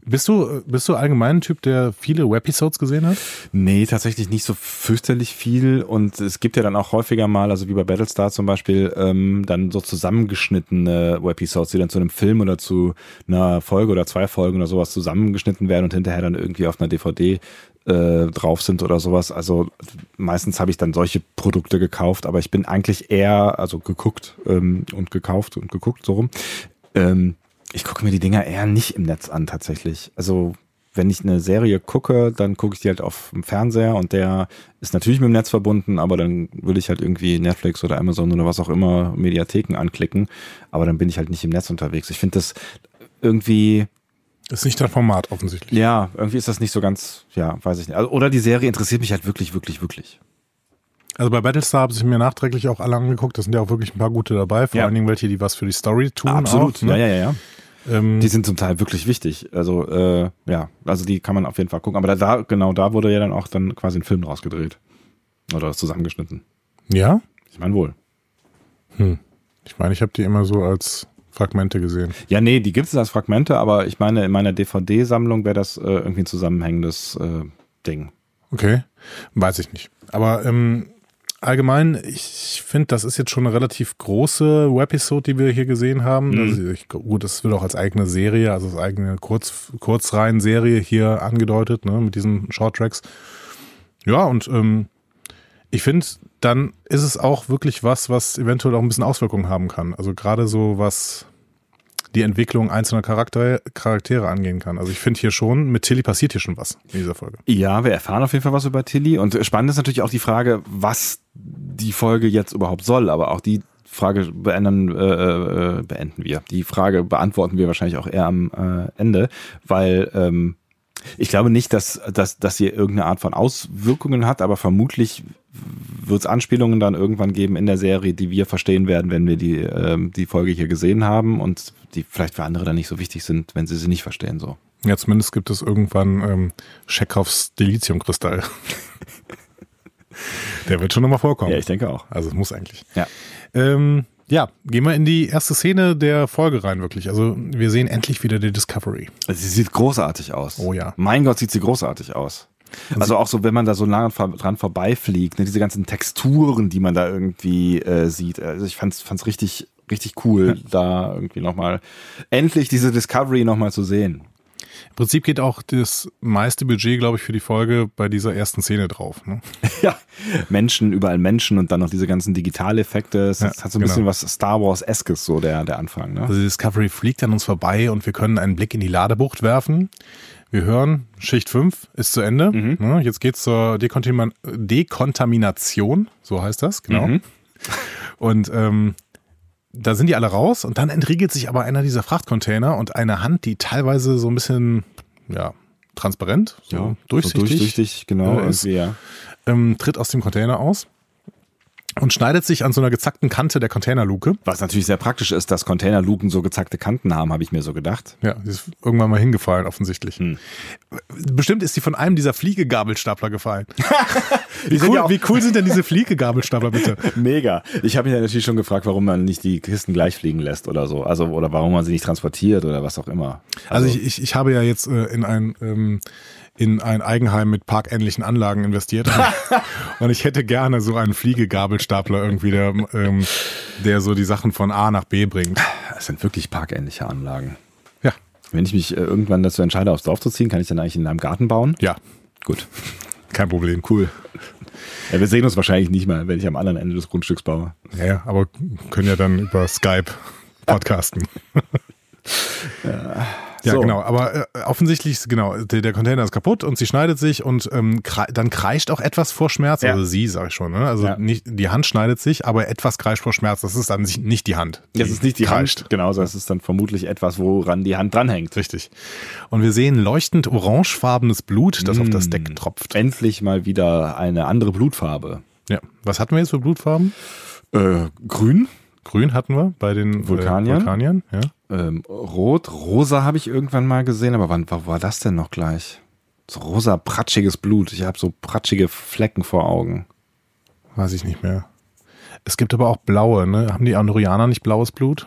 [SPEAKER 2] Bist du, bist du allgemein ein Typ, der viele Webisodes gesehen hat?
[SPEAKER 1] Nee, tatsächlich nicht so fürchterlich viel. Und es gibt ja dann auch häufiger mal, also wie bei Battlestar zum Beispiel, ähm, dann so zusammengeschnittene Webisodes, die dann zu einem Film oder zu einer Folge oder zwei Folgen oder sowas zusammengeschnitten werden und hinterher dann irgendwie auf einer DVD äh, drauf sind oder sowas. Also meistens habe ich dann solche Produkte gekauft, aber ich bin eigentlich eher, also geguckt ähm, und gekauft und geguckt, so rum. Ähm, ich gucke mir die Dinger eher nicht im Netz an, tatsächlich. Also, wenn ich eine Serie gucke, dann gucke ich die halt auf dem Fernseher und der ist natürlich mit dem Netz verbunden, aber dann würde ich halt irgendwie Netflix oder Amazon oder was auch immer Mediatheken anklicken. Aber dann bin ich halt nicht im Netz unterwegs. Ich finde das irgendwie,
[SPEAKER 2] Ist nicht dein Format offensichtlich.
[SPEAKER 1] ja, irgendwie ist das nicht so ganz, ja, weiß ich nicht. Also, oder die Serie interessiert mich halt wirklich, wirklich, wirklich.
[SPEAKER 2] Also bei Battlestar habe ich mir nachträglich auch alle angeguckt. Da sind ja auch wirklich ein paar gute dabei. Vor
[SPEAKER 1] Ja.
[SPEAKER 2] allen Dingen welche, die was für die Story tun. Auch,
[SPEAKER 1] Ja,
[SPEAKER 2] ne?
[SPEAKER 1] ja, ja, ja.
[SPEAKER 2] Ähm,
[SPEAKER 1] Die sind zum Teil wirklich wichtig. Also, äh, ja, also die kann man auf jeden Fall gucken. Aber da, da, genau da wurde ja dann auch dann quasi ein Film draus gedreht. Oder das zusammengeschnitten.
[SPEAKER 2] ja?
[SPEAKER 1] Ich meine wohl.
[SPEAKER 2] Ich meine, ich habe die immer so als Fragmente gesehen.
[SPEAKER 1] Ja, nee, die gibt es als Fragmente, aber ich meine, in meiner DVD-Sammlung wäre das äh, irgendwie ein zusammenhängendes äh, Ding.
[SPEAKER 2] Okay, weiß ich nicht. Aber ähm, allgemein, ich finde, das ist jetzt schon eine relativ große Webisode, die wir hier gesehen haben. Also ich, gut, das wird auch als eigene Serie, also als eigene Kurz, Kurzreihen-Serie hier angedeutet, ne, mit diesen Shorttracks. Ja, und ähm, ich finde, dann ist es auch wirklich was, was eventuell auch ein bisschen Auswirkungen haben kann. Also gerade so, was die Entwicklung einzelner Charakter, Charaktere angehen kann. Also ich finde hier schon, mit Tilly passiert hier schon was in dieser Folge.
[SPEAKER 1] Ja, wir erfahren auf jeden Fall was über Tilly. Und spannend ist natürlich auch die Frage, was die Folge jetzt überhaupt soll. Aber auch die Frage beenden, äh, äh, beenden wir. Die Frage beantworten wir wahrscheinlich auch eher am äh, Ende, weil ähm, ich glaube nicht, dass, dass, dass sie irgendeine Art von Auswirkungen hat, aber vermutlich wird es Anspielungen dann irgendwann geben in der Serie, die wir verstehen werden, wenn wir die, ähm, die Folge hier gesehen haben und die vielleicht für andere dann nicht so wichtig sind, wenn sie sie nicht verstehen. So.
[SPEAKER 2] Ja, zumindest gibt es irgendwann ähm, Chekhovs Dilithiumkristall. Der wird schon nochmal vorkommen.
[SPEAKER 1] denke auch.
[SPEAKER 2] also es muss eigentlich.
[SPEAKER 1] Ja.
[SPEAKER 2] Ähm, ja, gehen wir in die erste Szene der Folge rein, wirklich. Also wir sehen endlich wieder die Discovery.
[SPEAKER 1] Also Sie sieht großartig aus.
[SPEAKER 2] Oh ja.
[SPEAKER 1] Mein Gott, sieht sie großartig aus. Also auch so, wenn man da so lange ver- dran vorbeifliegt, ne, diese ganzen Texturen, die man da irgendwie äh, sieht. Also ich fand's, fand's richtig, richtig cool, da irgendwie nochmal, endlich diese Discovery nochmal zu sehen.
[SPEAKER 2] Im Prinzip geht auch das meiste Budget, glaube ich, für die Folge bei dieser ersten Szene drauf. Ne?
[SPEAKER 1] ja. Menschen, überall Menschen und dann noch diese ganzen Digitaleffekte. Es
[SPEAKER 2] Ja,
[SPEAKER 1] hat so ein bisschen
[SPEAKER 2] genau.
[SPEAKER 1] was Star Wars-eskes, so der, der Anfang. Ne?
[SPEAKER 2] Also die Discovery fliegt an uns vorbei und wir können einen Blick in die Ladebucht werfen. Wir hören, Schicht 5 ist zu Ende. Ne, Jetzt geht's zur Dekontamin Dekontamination, so heißt das, genau. Und ähm, da sind die alle raus und dann entriegelt sich aber einer dieser Frachtcontainer und eine Hand, die teilweise so ein bisschen, ja, transparent, so durchsichtig,
[SPEAKER 1] So durchsichtig, genau.
[SPEAKER 2] Ja, ist-
[SPEAKER 1] irgendwie, ja.
[SPEAKER 2] Ähm, tritt aus dem Container aus und schneidet sich an so einer gezackten Kante der Containerluke.
[SPEAKER 1] Was natürlich sehr praktisch ist, dass Containerluken so gezackte Kanten haben, habe ich mir so gedacht.
[SPEAKER 2] Ja, sie ist irgendwann mal hingefallen, offensichtlich. Bestimmt ist sie von einem dieser Fliegegabelstapler gefallen. wie,
[SPEAKER 1] sind
[SPEAKER 2] cool,
[SPEAKER 1] ja auch-
[SPEAKER 2] wie cool sind denn diese Fliegegabelstapler, bitte?
[SPEAKER 1] Mega. Ich habe mich ja natürlich schon gefragt, warum man nicht die Kisten gleich fliegen lässt oder so. Also, oder warum man sie nicht transportiert oder was auch immer.
[SPEAKER 2] Also, ich, ich, ich habe ja jetzt äh, in ein, ähm, in ein Eigenheim mit parkähnlichen Anlagen investiert. Und ich hätte gerne so einen Fliegegabelstapler irgendwie, der, ähm, der so die Sachen von A nach B bringt.
[SPEAKER 1] das sind wirklich parkähnliche Anlagen.
[SPEAKER 2] Ja.
[SPEAKER 1] Wenn ich mich äh, irgendwann dazu entscheide, aufs Dorf zu ziehen, kann ich dann eigentlich in einem Garten bauen?
[SPEAKER 2] Ja,
[SPEAKER 1] Gut.
[SPEAKER 2] kein Problem. Cool.
[SPEAKER 1] Ja, wir sehen uns wahrscheinlich nicht mal, wenn ich am anderen Ende des Grundstücks baue.
[SPEAKER 2] Ja, ja, aber können ja dann über Skype podcasten. Ja,
[SPEAKER 1] So.
[SPEAKER 2] genau. Aber äh, offensichtlich, ist- genau, der, der Container ist kaputt und sie schneidet sich und ähm, krei dann kreischt auch etwas vor Schmerz.
[SPEAKER 1] Ja.
[SPEAKER 2] Also sie, sag ich schon. Ne? Also
[SPEAKER 1] Ja.
[SPEAKER 2] nicht, die Hand schneidet sich, aber etwas kreischt vor Schmerz. Das ist dann sich- nicht die Hand.
[SPEAKER 1] Das ist nicht die
[SPEAKER 2] kreischt.
[SPEAKER 1] Hand. Genau, das ist dann vermutlich etwas, woran die Hand dranhängt.
[SPEAKER 2] Richtig. Und wir sehen leuchtend orangefarbenes Blut, das auf
[SPEAKER 1] Mm.
[SPEAKER 2] das Deck tropft.
[SPEAKER 1] Endlich mal wieder eine andere Blutfarbe.
[SPEAKER 2] Ja. Was hatten wir jetzt für Blutfarben?
[SPEAKER 1] Äh, grün?
[SPEAKER 2] Grün hatten wir bei den
[SPEAKER 1] Vulkaniern.
[SPEAKER 2] Äh, Vulkaniern ja.
[SPEAKER 1] Ähm, rot, rosa habe ich irgendwann mal gesehen, aber wann, wann war das denn noch gleich? So rosa, pratschiges Blut. Ich habe so pratschige Flecken vor Augen.
[SPEAKER 2] Weiß ich nicht mehr. Es gibt aber auch blaue, ne? Haben die Andorianer nicht blaues Blut?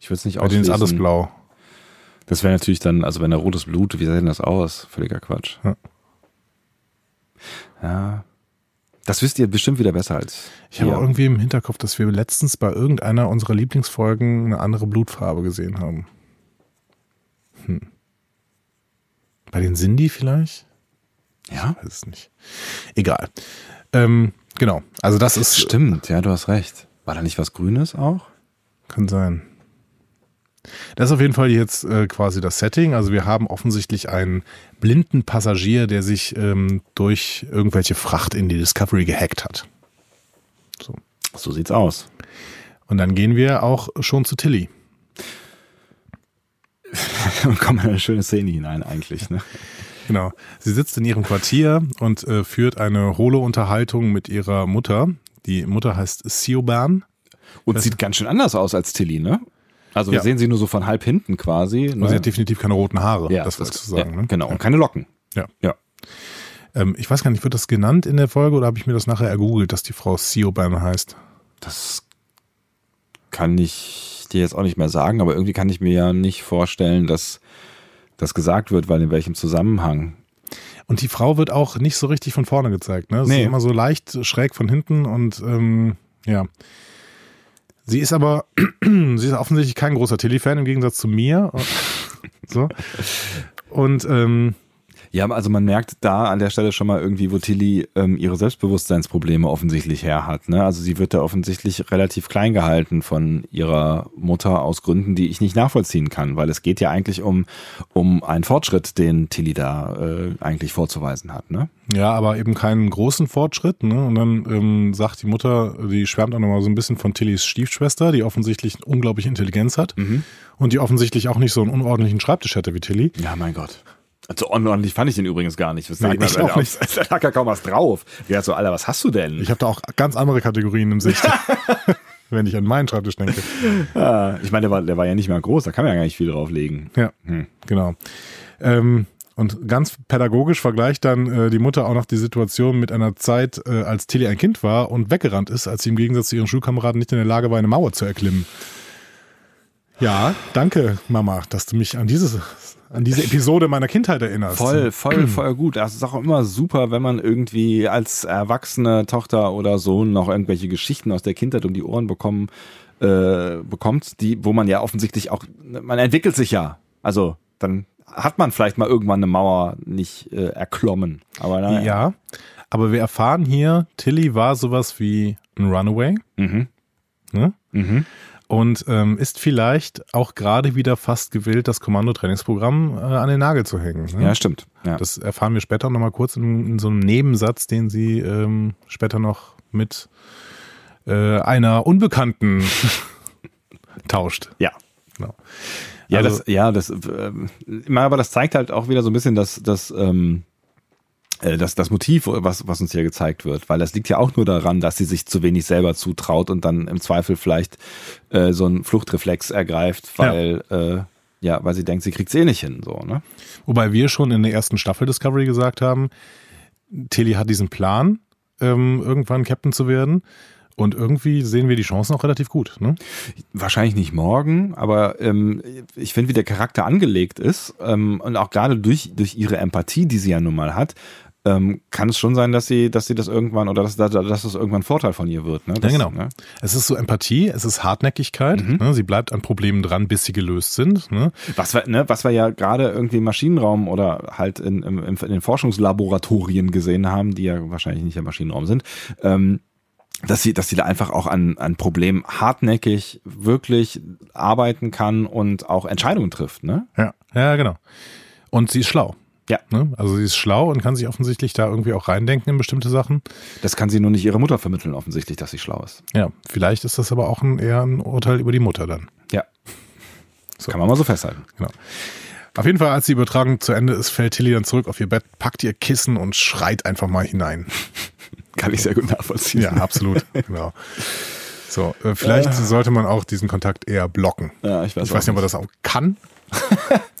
[SPEAKER 1] Ich würde es nicht
[SPEAKER 2] Bei denen ist alles
[SPEAKER 1] ausschließen.
[SPEAKER 2] blau.
[SPEAKER 1] Das wäre natürlich dann, also wenn da rotes Blut, wie sah denn das aus? Völliger Quatsch. Ja.
[SPEAKER 2] Ja.
[SPEAKER 1] Das wisst ihr bestimmt wieder besser als.
[SPEAKER 2] Ich habe
[SPEAKER 1] wir.
[SPEAKER 2] auch irgendwie im Hinterkopf, dass wir letztens bei irgendeiner unserer Lieblingsfolgen eine andere Blutfarbe gesehen haben. Hm. Bei den Sindhi vielleicht?
[SPEAKER 1] ja,
[SPEAKER 2] Weiß es nicht. Egal. Ähm, genau. Also das ist
[SPEAKER 1] stimmt, ja, du hast recht. War da nicht was Grünes auch?
[SPEAKER 2] Kann sein. Das ist auf jeden Fall jetzt äh, quasi das Setting. Also wir haben offensichtlich einen blinden Passagier, der sich ähm, durch irgendwelche Fracht in die Discovery gehackt hat. So.
[SPEAKER 1] So sieht's aus.
[SPEAKER 2] Und dann gehen wir auch schon zu Tilly.
[SPEAKER 1] Und kommt eine schöne Szene hinein, eigentlich. Ne?
[SPEAKER 2] Genau. Sie sitzt in ihrem Quartier und äh, führt eine Holo-Unterhaltung mit ihrer Mutter. Die Mutter heißt Siobhan.
[SPEAKER 1] Und sieht ganz schön anders aus als Tilly, ne? Also wir
[SPEAKER 2] Ja.
[SPEAKER 1] sehen sie nur so von halb hinten quasi.
[SPEAKER 2] Und
[SPEAKER 1] Ne?
[SPEAKER 2] sie hat definitiv keine roten Haare,
[SPEAKER 1] ja,
[SPEAKER 2] das was zu
[SPEAKER 1] ja,
[SPEAKER 2] sagen. ne?
[SPEAKER 1] Genau, und keine Locken.
[SPEAKER 2] Ja.
[SPEAKER 1] Ja.
[SPEAKER 2] Ähm, ich weiß gar nicht, wird das genannt in der Folge oder habe ich mir das nachher ergoogelt, dass die Frau Siobhan heißt?
[SPEAKER 1] Das kann ich dir jetzt auch nicht mehr sagen, aber irgendwie kann ich mir ja nicht vorstellen, dass das gesagt wird, weil in welchem Zusammenhang.
[SPEAKER 2] Und die Frau wird auch nicht so richtig von vorne gezeigt, ne? Es
[SPEAKER 1] Nee.
[SPEAKER 2] ist immer so leicht schräg von hinten und ähm, ja. Sie ist aber, sie ist offensichtlich kein großer Tilly-Fan im Gegensatz zu mir. so. Und ähm,
[SPEAKER 1] Ja, also man merkt da an der Stelle schon mal irgendwie, wo Tilly ähm, ihre Selbstbewusstseinsprobleme offensichtlich her hat. Ne? Also sie wird da offensichtlich relativ klein gehalten von ihrer Mutter aus Gründen, die ich nicht nachvollziehen kann, weil es geht ja eigentlich um, um einen Fortschritt, den Tilly da äh, eigentlich vorzuweisen hat. Ne?
[SPEAKER 2] ja, aber eben keinen großen Fortschritt. Ne? Und dann ähm, sagt die Mutter, die schwärmt auch nochmal so ein bisschen von Tillys Stiefschwester, die offensichtlich unglaubliche Intelligenz hat und die offensichtlich auch nicht so einen unordentlichen Schreibtisch hätte wie Tilly.
[SPEAKER 1] Ja, mein Gott. So unordentlich fand ich den übrigens gar nicht. Was sagt
[SPEAKER 2] Nee,
[SPEAKER 1] man
[SPEAKER 2] ich
[SPEAKER 1] denn
[SPEAKER 2] auch
[SPEAKER 1] da? Da lag ja kaum was drauf. Ja, so, Alter, was hast du denn?
[SPEAKER 2] Ich habe da auch ganz andere Kategorien im Sicht, wenn ich an meinen Schreibtisch denke.
[SPEAKER 1] Ja, ich meine, der war, der war ja nicht mal groß, da kann man ja gar nicht viel drauflegen.
[SPEAKER 2] Ja, genau. Ähm, und ganz pädagogisch vergleicht dann äh, die Mutter auch noch die Situation mit einer Zeit, äh, als Tilly ein Kind war und weggerannt ist, als sie im Gegensatz zu ihren Schulkameraden nicht in der Lage war, eine Mauer zu erklimmen. Ja, danke, Mama, dass du mich an, dieses, an diese Episode meiner Kindheit erinnerst.
[SPEAKER 1] Voll, voll, voll gut. Das ist auch immer super, wenn man irgendwie als erwachsene Tochter oder Sohn noch irgendwelche Geschichten aus der Kindheit um die Ohren bekommen, äh, bekommt, die, wo man ja offensichtlich auch, man entwickelt sich ja. Also dann hat man vielleicht mal irgendwann eine Mauer nicht äh, erklommen. Aber naja.
[SPEAKER 2] Ja, aber wir erfahren hier, Tilly war sowas wie ein Runaway.
[SPEAKER 1] Mhm.
[SPEAKER 2] Ne?
[SPEAKER 1] Mhm.
[SPEAKER 2] und ähm, ist vielleicht auch gerade wieder fast gewillt, das Kommando-Trainingsprogramm äh, an den Nagel zu hängen. Ne?
[SPEAKER 1] Ja, stimmt. Ja.
[SPEAKER 2] das erfahren wir später nochmal kurz in, in so einem Nebensatz, den sie ähm, später noch mit äh, einer Unbekannten tauscht.
[SPEAKER 1] ja.
[SPEAKER 2] Genau.
[SPEAKER 1] Ja,
[SPEAKER 2] Also-
[SPEAKER 1] das, ja, das, ähm, ich meine, aber das zeigt halt auch wieder so ein bisschen, dass, dass, ähm, äh, das, das Motiv, was, was uns hier gezeigt wird, weil das liegt ja auch nur daran, dass sie sich zu wenig selber zutraut und dann im Zweifel vielleicht äh, so einen Fluchtreflex ergreift, weil, ja. Äh, ja, weil sie denkt, sie kriegt's eh nicht hin, so, ne?
[SPEAKER 2] Wobei wir schon in der ersten Staffel Discovery gesagt haben, Tilly hat diesen Plan, ähm, irgendwann Captain zu werden. Und irgendwie sehen wir die Chancen auch relativ gut. Ne?
[SPEAKER 1] Wahrscheinlich nicht morgen, aber ähm, ich finde, wie der Charakter angelegt ist ähm, und auch gerade durch, durch ihre Empathie, die sie ja nun mal hat, ähm, kann es schon sein, dass sie, dass sie das irgendwann oder dass, dass dass das irgendwann ein Vorteil von ihr wird. Ne? Das,
[SPEAKER 2] ja, genau.
[SPEAKER 1] Ne?
[SPEAKER 2] Es ist so Empathie, es ist Hartnäckigkeit. Ne? Sie bleibt an Problemen dran, bis sie gelöst sind. Ne?
[SPEAKER 1] Was, wir, ne, was wir ja gerade irgendwie im Maschinenraum oder halt in, im- im- in den Forschungslaboratorien gesehen haben, die ja wahrscheinlich nicht im Maschinenraum sind, ähm, dass sie, dass sie da einfach auch an, an Problemen hartnäckig wirklich arbeiten kann und auch Entscheidungen trifft, ne?
[SPEAKER 2] Ja. Ja, genau. Und sie ist schlau.
[SPEAKER 1] Ja.
[SPEAKER 2] Ne? Also sie ist schlau und kann sich offensichtlich da irgendwie auch reindenken in bestimmte Sachen.
[SPEAKER 1] Das kann sie nur nicht ihrer Mutter vermitteln, offensichtlich, dass sie schlau ist.
[SPEAKER 2] Ja, vielleicht ist das aber auch ein, eher ein Urteil über die Mutter dann.
[SPEAKER 1] Ja. Das kann man mal so festhalten.
[SPEAKER 2] Genau. Auf jeden Fall, als die Übertragung zu Ende ist, fällt Tilly dann zurück auf ihr Bett, packt ihr Kissen und schreit einfach mal hinein.
[SPEAKER 1] Kann ich sehr gut nachvollziehen.
[SPEAKER 2] Ja, absolut. genau. So, äh, vielleicht sollte man auch diesen Kontakt eher blocken.
[SPEAKER 1] Ja, ich weiß
[SPEAKER 2] ich weiß
[SPEAKER 1] auch
[SPEAKER 2] nicht, ob er das auch kann.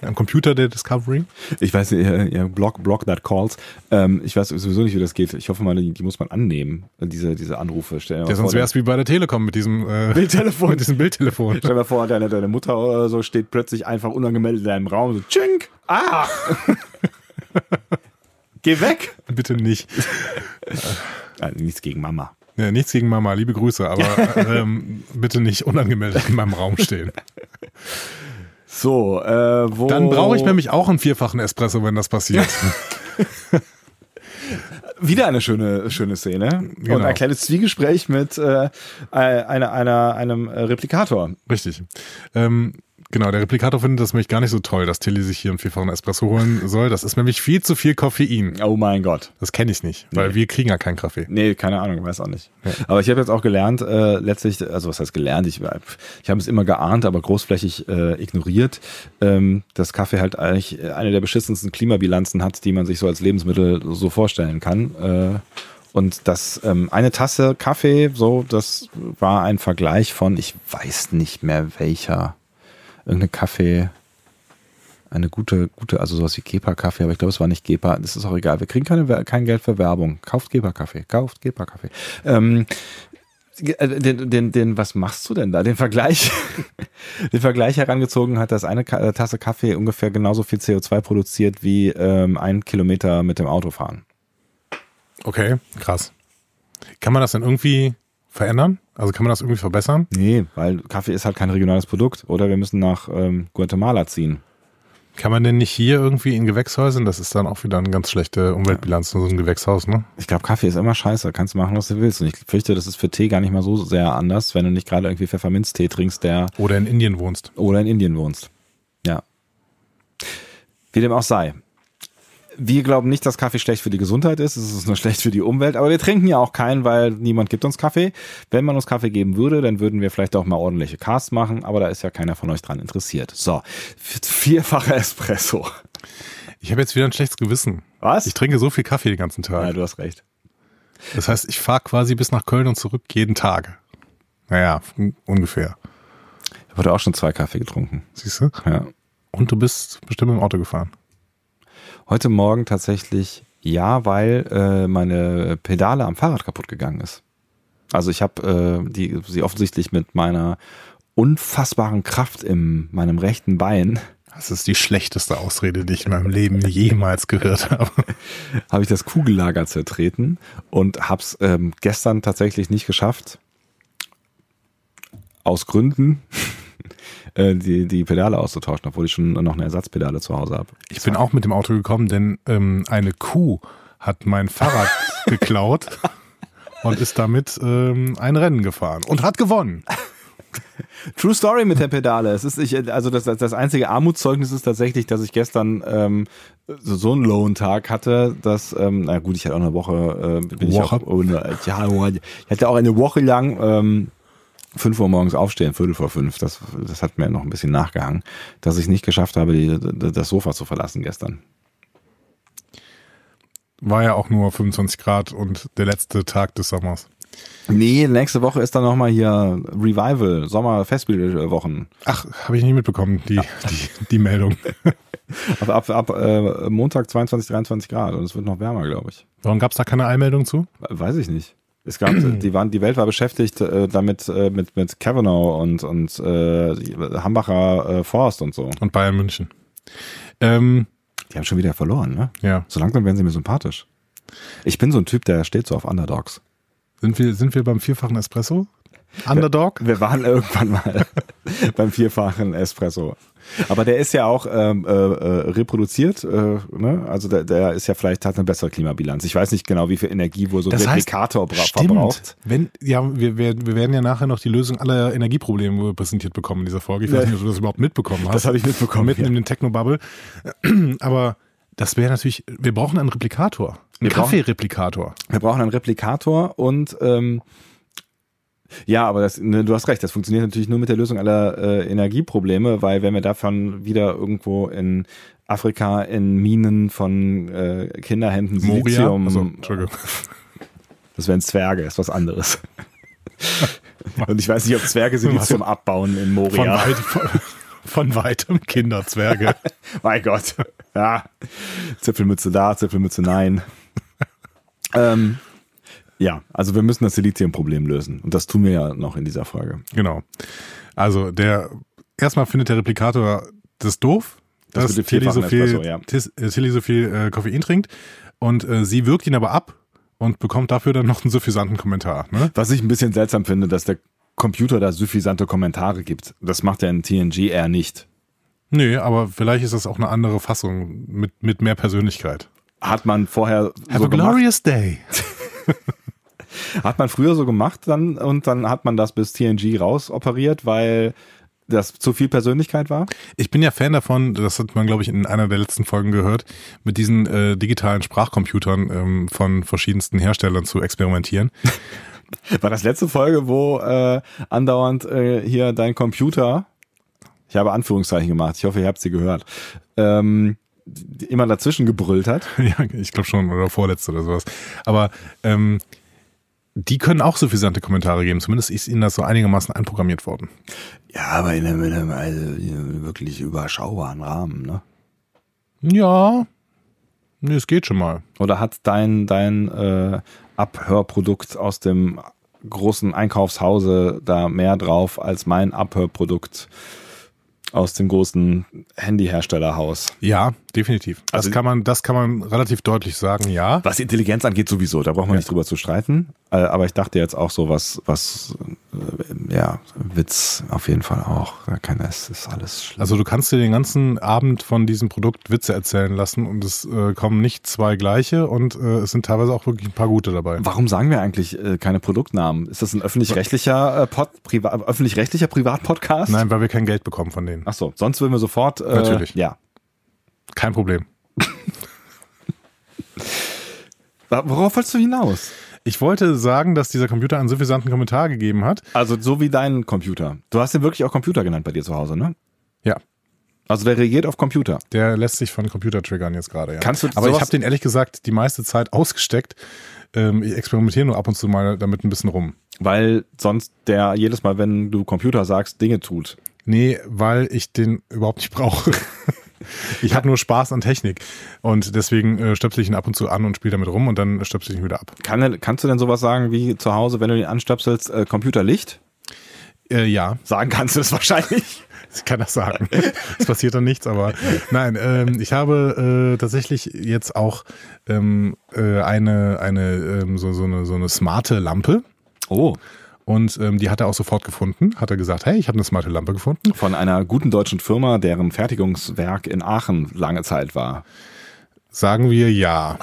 [SPEAKER 2] Am Computer der Discovery.
[SPEAKER 1] Ich weiß, ja, ja, Block, Block that calls. Ähm, ich weiß sowieso nicht, wie das geht. Ich hoffe mal, die, die muss man annehmen, diese, diese Anrufe. Stell dir mal
[SPEAKER 2] Ja, sonst
[SPEAKER 1] vor,
[SPEAKER 2] wäre es wie bei der Telekom mit diesem äh,
[SPEAKER 1] Bildtelefon.
[SPEAKER 2] Mit diesem Bildtelefon.
[SPEAKER 1] Stell dir mal vor, deine, deine Mutter oder so steht plötzlich einfach unangemeldet in deinem Raum. So, tschink! Ah! Geh weg!
[SPEAKER 2] Bitte nicht.
[SPEAKER 1] Also nichts gegen Mama.
[SPEAKER 2] Ja, nichts gegen Mama, liebe Grüße, aber ähm, bitte nicht unangemeldet in meinem Raum stehen.
[SPEAKER 1] So, äh, wo.
[SPEAKER 2] Dann brauche ich nämlich auch einen vierfachen Espresso, wenn das passiert.
[SPEAKER 1] Wieder eine schöne, schöne Szene.
[SPEAKER 2] Genau.
[SPEAKER 1] Und ein kleines Zwiegespräch mit äh, einer, einer, einem äh, Replikator.
[SPEAKER 2] Richtig. Ähm, genau, der Replikator findet das nämlich gar nicht so toll, dass Tilly sich hier einen vierfachen Espresso holen soll. Das ist nämlich viel zu viel Koffein.
[SPEAKER 1] Oh mein Gott.
[SPEAKER 2] Das kenne ich nicht, weil wir kriegen ja keinen Kaffee.
[SPEAKER 1] Nee, keine Ahnung, weiß auch nicht. Aber ich habe jetzt auch gelernt, äh, letztlich, also was heißt gelernt, ich, ich habe es immer geahnt, aber großflächig äh, ignoriert, ähm, dass Kaffee halt eigentlich eine der beschissensten Klimabilanzen hat, die man sich so als Lebensmittel so vorstellen kann. Äh, und das ähm, eine Tasse Kaffee, so, das war ein Vergleich von, ich weiß nicht mehr welcher, irgendeine Kaffee. Eine gute, gute, also sowas wie Gepa-Kaffee, aber ich glaube, es war nicht Gepa. Das ist auch egal. Wir kriegen keine, Wer- kein Geld für Werbung. Kauft Gepa-Kaffee. Kauft Gepa-Kaffee. Ähm, ge- äh, den, den, den, was machst du denn da? Den Vergleich, den Vergleich herangezogen hat, dass eine Ka äh, Tasse Kaffee ungefähr genauso viel CO2 produziert wie ähm, ein Kilometer mit dem Auto fahren.
[SPEAKER 2] Okay, krass. Kann man das denn irgendwie verändern? Also kann man das irgendwie verbessern?
[SPEAKER 1] Nee, weil Kaffee ist halt kein regionales Produkt. Oder wir müssen nach ähm, Guatemala ziehen.
[SPEAKER 2] Kann man denn nicht hier irgendwie in Gewächshäusern? Das ist dann auch wieder eine ganz schlechte Umweltbilanz, so ein Gewächshaus, ne?
[SPEAKER 1] Ich glaube, Kaffee ist immer scheiße. Kannst machen, was du willst. Und ich fürchte, das ist für Tee gar nicht mal so sehr anders, wenn du nicht gerade irgendwie Pfefferminztee trinkst, der
[SPEAKER 2] Oder in Indien wohnst.
[SPEAKER 1] oder in Indien wohnst. Ja. Wie dem auch sei. Wir glauben nicht, dass Kaffee schlecht für die Gesundheit ist, es ist nur schlecht für die Umwelt, aber wir trinken ja auch keinen, weil niemand gibt uns Kaffee. Wenn man uns Kaffee geben würde, dann würden wir vielleicht auch mal ordentliche Casts machen, aber da ist ja keiner von euch dran interessiert. So, vierfacher Espresso.
[SPEAKER 2] Ich habe jetzt wieder ein schlechtes Gewissen.
[SPEAKER 1] Was?
[SPEAKER 2] Ich trinke so viel Kaffee den ganzen Tag.
[SPEAKER 1] Ja, du hast recht.
[SPEAKER 2] Das heißt, ich fahre quasi bis nach Köln und zurück jeden Tag. Naja, un- ungefähr.
[SPEAKER 1] Ich habe heute auch schon zwei Kaffee getrunken.
[SPEAKER 2] Siehst du?
[SPEAKER 1] Ja.
[SPEAKER 2] Und du bist bestimmt im Auto gefahren.
[SPEAKER 1] Heute Morgen tatsächlich ja, weil äh, meine Pedale am Fahrrad kaputt gegangen ist. Also ich habe äh, die sie offensichtlich mit meiner unfassbaren Kraft in meinem rechten Bein
[SPEAKER 2] Das ist die schlechteste Ausrede, die ich in meinem Leben jemals gehört habe.
[SPEAKER 1] habe ich das Kugellager zertreten und habe es ähm, gestern tatsächlich nicht geschafft aus Gründen äh, die die Pedale auszutauschen, obwohl ich schon noch eine Ersatzpedale zu Hause habe.
[SPEAKER 2] Ich bin auch mit dem Auto gekommen, denn ähm, eine Kuh hat mein Fahrrad geklaut und ist damit ähm, ein Rennen gefahren und hat gewonnen.
[SPEAKER 1] True Story mit der Pedale. Es ist ich, also das, das, das einzige Armutszeugnis ist tatsächlich, dass ich gestern ähm, so, so einen Loan-Tag hatte, dass, ähm, na gut, ich hatte auch eine Woche, äh, bin ich
[SPEAKER 2] Woche?
[SPEAKER 1] auch ohne, ja, oh, ich hatte auch eine Woche lang ähm, 5 Uhr morgens aufstehen, Viertel vor fünf. Das, das hat mir noch ein bisschen nachgehangen, dass ich nicht geschafft habe, die, das Sofa zu verlassen gestern.
[SPEAKER 2] War ja auch nur 25 Grad und der letzte Tag des Sommers.
[SPEAKER 1] Nee, nächste Woche ist dann nochmal hier Revival, Sommer-Festspielwochen.
[SPEAKER 2] Ach, habe ich nicht mitbekommen, die, die, die Meldung.
[SPEAKER 1] Ab, ab, ab äh, Montag 22, 23 Grad und es wird noch wärmer, glaube ich.
[SPEAKER 2] Warum gab es da keine Eilmeldung zu?
[SPEAKER 1] Weiß ich nicht. Es gab, die waren, die Welt war beschäftigt äh, damit äh, mit mit Kavanaugh und und äh, die Hambacher äh, Forst und so.
[SPEAKER 2] Und Bayern München. Ähm,
[SPEAKER 1] Die haben schon wieder verloren, ne?
[SPEAKER 2] ja.
[SPEAKER 1] So langsam werden sie mir sympathisch. Ich bin so ein Typ, der steht so auf Underdogs.
[SPEAKER 2] Sind wir, sind wir beim vierfachen Espresso? Underdog?
[SPEAKER 1] Wir waren irgendwann mal beim vierfachen Espresso. Aber der ist ja auch ähm, äh, äh, reproduziert, äh, ne? Also der, der ist ja vielleicht hat eine bessere Klimabilanz. Ich weiß nicht genau, wie viel Energie wohl so ein Replikator bra- verbraucht.
[SPEAKER 2] Wenn, ja, wir, wir, wir werden ja nachher noch die Lösung aller Energieprobleme präsentiert bekommen in dieser Folge. Ich weiß
[SPEAKER 1] Ja.
[SPEAKER 2] nicht, ob du das überhaupt mitbekommen hast.
[SPEAKER 1] Das habe ich mitbekommen,
[SPEAKER 2] Mitten
[SPEAKER 1] ja.
[SPEAKER 2] in den Technobubble. Aber das wäre natürlich, wir brauchen einen Replikator. Einen
[SPEAKER 1] Wir brauchen-
[SPEAKER 2] Kaffee-Replikator.
[SPEAKER 1] Wir brauchen einen Replikator und ähm, ja, aber das, ne, du hast recht, das funktioniert natürlich nur mit der Lösung aller äh, Energieprobleme, weil wenn wir davon wieder irgendwo in Afrika in Minen von äh, Kinderhänden
[SPEAKER 2] Moria.
[SPEAKER 1] Silizium,
[SPEAKER 2] Also, Entschuldigung.
[SPEAKER 1] das wären Zwerge, ist was anderes. Und ich weiß nicht, ob Zwerge Silizium abbauen in
[SPEAKER 2] Von,
[SPEAKER 1] Moria.
[SPEAKER 2] weit, von, von weitem Kinderzwerge.
[SPEAKER 1] mein Gott. Ja. Zipfelmütze da, Zipfelmütze nein. ähm, ja, also wir müssen das Silizium-Problem lösen. Und das tun wir ja noch in dieser Folge.
[SPEAKER 2] Genau. Also der erstmal findet der Replikator das doof,
[SPEAKER 1] Das
[SPEAKER 2] dass
[SPEAKER 1] mit dem
[SPEAKER 2] Tilly so
[SPEAKER 1] vierfachen
[SPEAKER 2] viel,
[SPEAKER 1] Espresso, ja.
[SPEAKER 2] Tis- äh, Tilly so viel äh, Koffein trinkt und äh, sie wirkt ihn aber ab und bekommt dafür dann noch einen suffisanten Kommentar. Ne?
[SPEAKER 1] Was ich ein bisschen seltsam finde, dass der Computer da suffisante Kommentare gibt. Das macht er in TNG eher nicht.
[SPEAKER 2] Nee, aber vielleicht ist das auch eine andere Fassung mit, mit mehr Persönlichkeit.
[SPEAKER 1] Hat man vorher so gemacht,
[SPEAKER 2] glorious day.
[SPEAKER 1] hat man früher so gemacht dann und dann hat man das bis TNG raus operiert, weil das zu viel Persönlichkeit war.
[SPEAKER 2] Ich bin ja Fan davon, das hat man, glaube ich, in einer der letzten Folgen gehört, mit diesen äh, digitalen Sprachcomputern ähm, von verschiedensten Herstellern zu experimentieren.
[SPEAKER 1] War das letzte Folge, wo äh, andauernd äh, hier dein Computer, ich habe Anführungszeichen gemacht, ich hoffe, ihr habt sie gehört, ähm, die immer dazwischen gebrüllt hat.
[SPEAKER 2] ja, ich glaube schon, oder vorletzte oder sowas. Aber ähm, die können auch suffisante Kommentare geben. Zumindest ist ihnen das so einigermaßen einprogrammiert worden.
[SPEAKER 1] Ja, aber in einem, in einem also, wirklich überschaubaren Rahmen, ne?
[SPEAKER 2] Ja, nee, es geht schon mal.
[SPEAKER 1] Oder hat dein, dein äh, Abhörprodukt aus dem großen Einkaufshause da mehr drauf als mein Abhörprodukt aus dem großen Handyherstellerhaus?
[SPEAKER 2] Ja, definitiv. Das
[SPEAKER 1] Also-
[SPEAKER 2] kann man, das kann man relativ deutlich sagen. Ja,
[SPEAKER 1] Was Intelligenz angeht, sowieso, da braucht man nicht drüber zu streiten. Äh, aber ich dachte jetzt auch so was, was, äh, ja, Witz auf jeden Fall auch. Da Kann, es ist alles schlimm.
[SPEAKER 2] also du kannst dir den ganzen Abend von diesem Produkt Witze erzählen lassen und es äh, kommen nicht zwei gleiche und äh, es sind teilweise auch wirklich ein paar gute dabei.
[SPEAKER 1] Warum sagen wir eigentlich äh, keine Produktnamen? Ist das ein öffentlich-rechtlicher äh, Pod, Priva öffentlich-rechtlicher Privatpodcast?
[SPEAKER 2] Nein, weil wir kein Geld bekommen von denen.
[SPEAKER 1] Ach so, sonst würden wir sofort. Äh,
[SPEAKER 2] Natürlich.
[SPEAKER 1] Ja,
[SPEAKER 2] Kein Problem.
[SPEAKER 1] Wa- Worauf wolltest du hinaus?
[SPEAKER 2] Ich wollte sagen, dass dieser Computer einen suffisanten Kommentar gegeben hat.
[SPEAKER 1] Also so wie dein Computer. Du hast den wirklich auch Computer genannt bei dir zu Hause, ne?
[SPEAKER 2] Ja,
[SPEAKER 1] Also der reagiert auf Computer.
[SPEAKER 2] Der lässt sich von Computer triggern jetzt gerade, ja.
[SPEAKER 1] Kannst du
[SPEAKER 2] Aber ich
[SPEAKER 1] sowas-
[SPEAKER 2] habe den ehrlich gesagt die meiste Zeit ausgesteckt. Ähm, ich experimentiere nur ab und zu mal damit ein bisschen rum.
[SPEAKER 1] Weil sonst der jedes Mal, wenn du Computer sagst, Dinge tut.
[SPEAKER 2] Nee, weil ich den überhaupt nicht brauche. Ich habe nur Spaß an Technik und deswegen äh, stöpsel ich ihn ab und zu an und spiele damit rum und dann stöpsel ich ihn wieder ab.
[SPEAKER 1] Kann, kannst du denn sowas sagen wie zu Hause, wenn du den anstöpselst, äh, Computerlicht?
[SPEAKER 2] Äh, ja,
[SPEAKER 1] Sagen kannst du das wahrscheinlich.
[SPEAKER 2] ich kann das sagen. es passiert dann nichts, aber nein, ähm, ich habe äh, tatsächlich jetzt auch ähm, äh, eine, eine, ähm, so, so, eine, so eine smarte Lampe.
[SPEAKER 1] Oh.
[SPEAKER 2] Und ähm, die hat er auch sofort gefunden. Hat er gesagt, hey, ich habe eine smarte Lampe gefunden.
[SPEAKER 1] Von einer guten deutschen Firma, deren Fertigungswerk in Aachen lange Zeit war.
[SPEAKER 2] Sagen wir ja.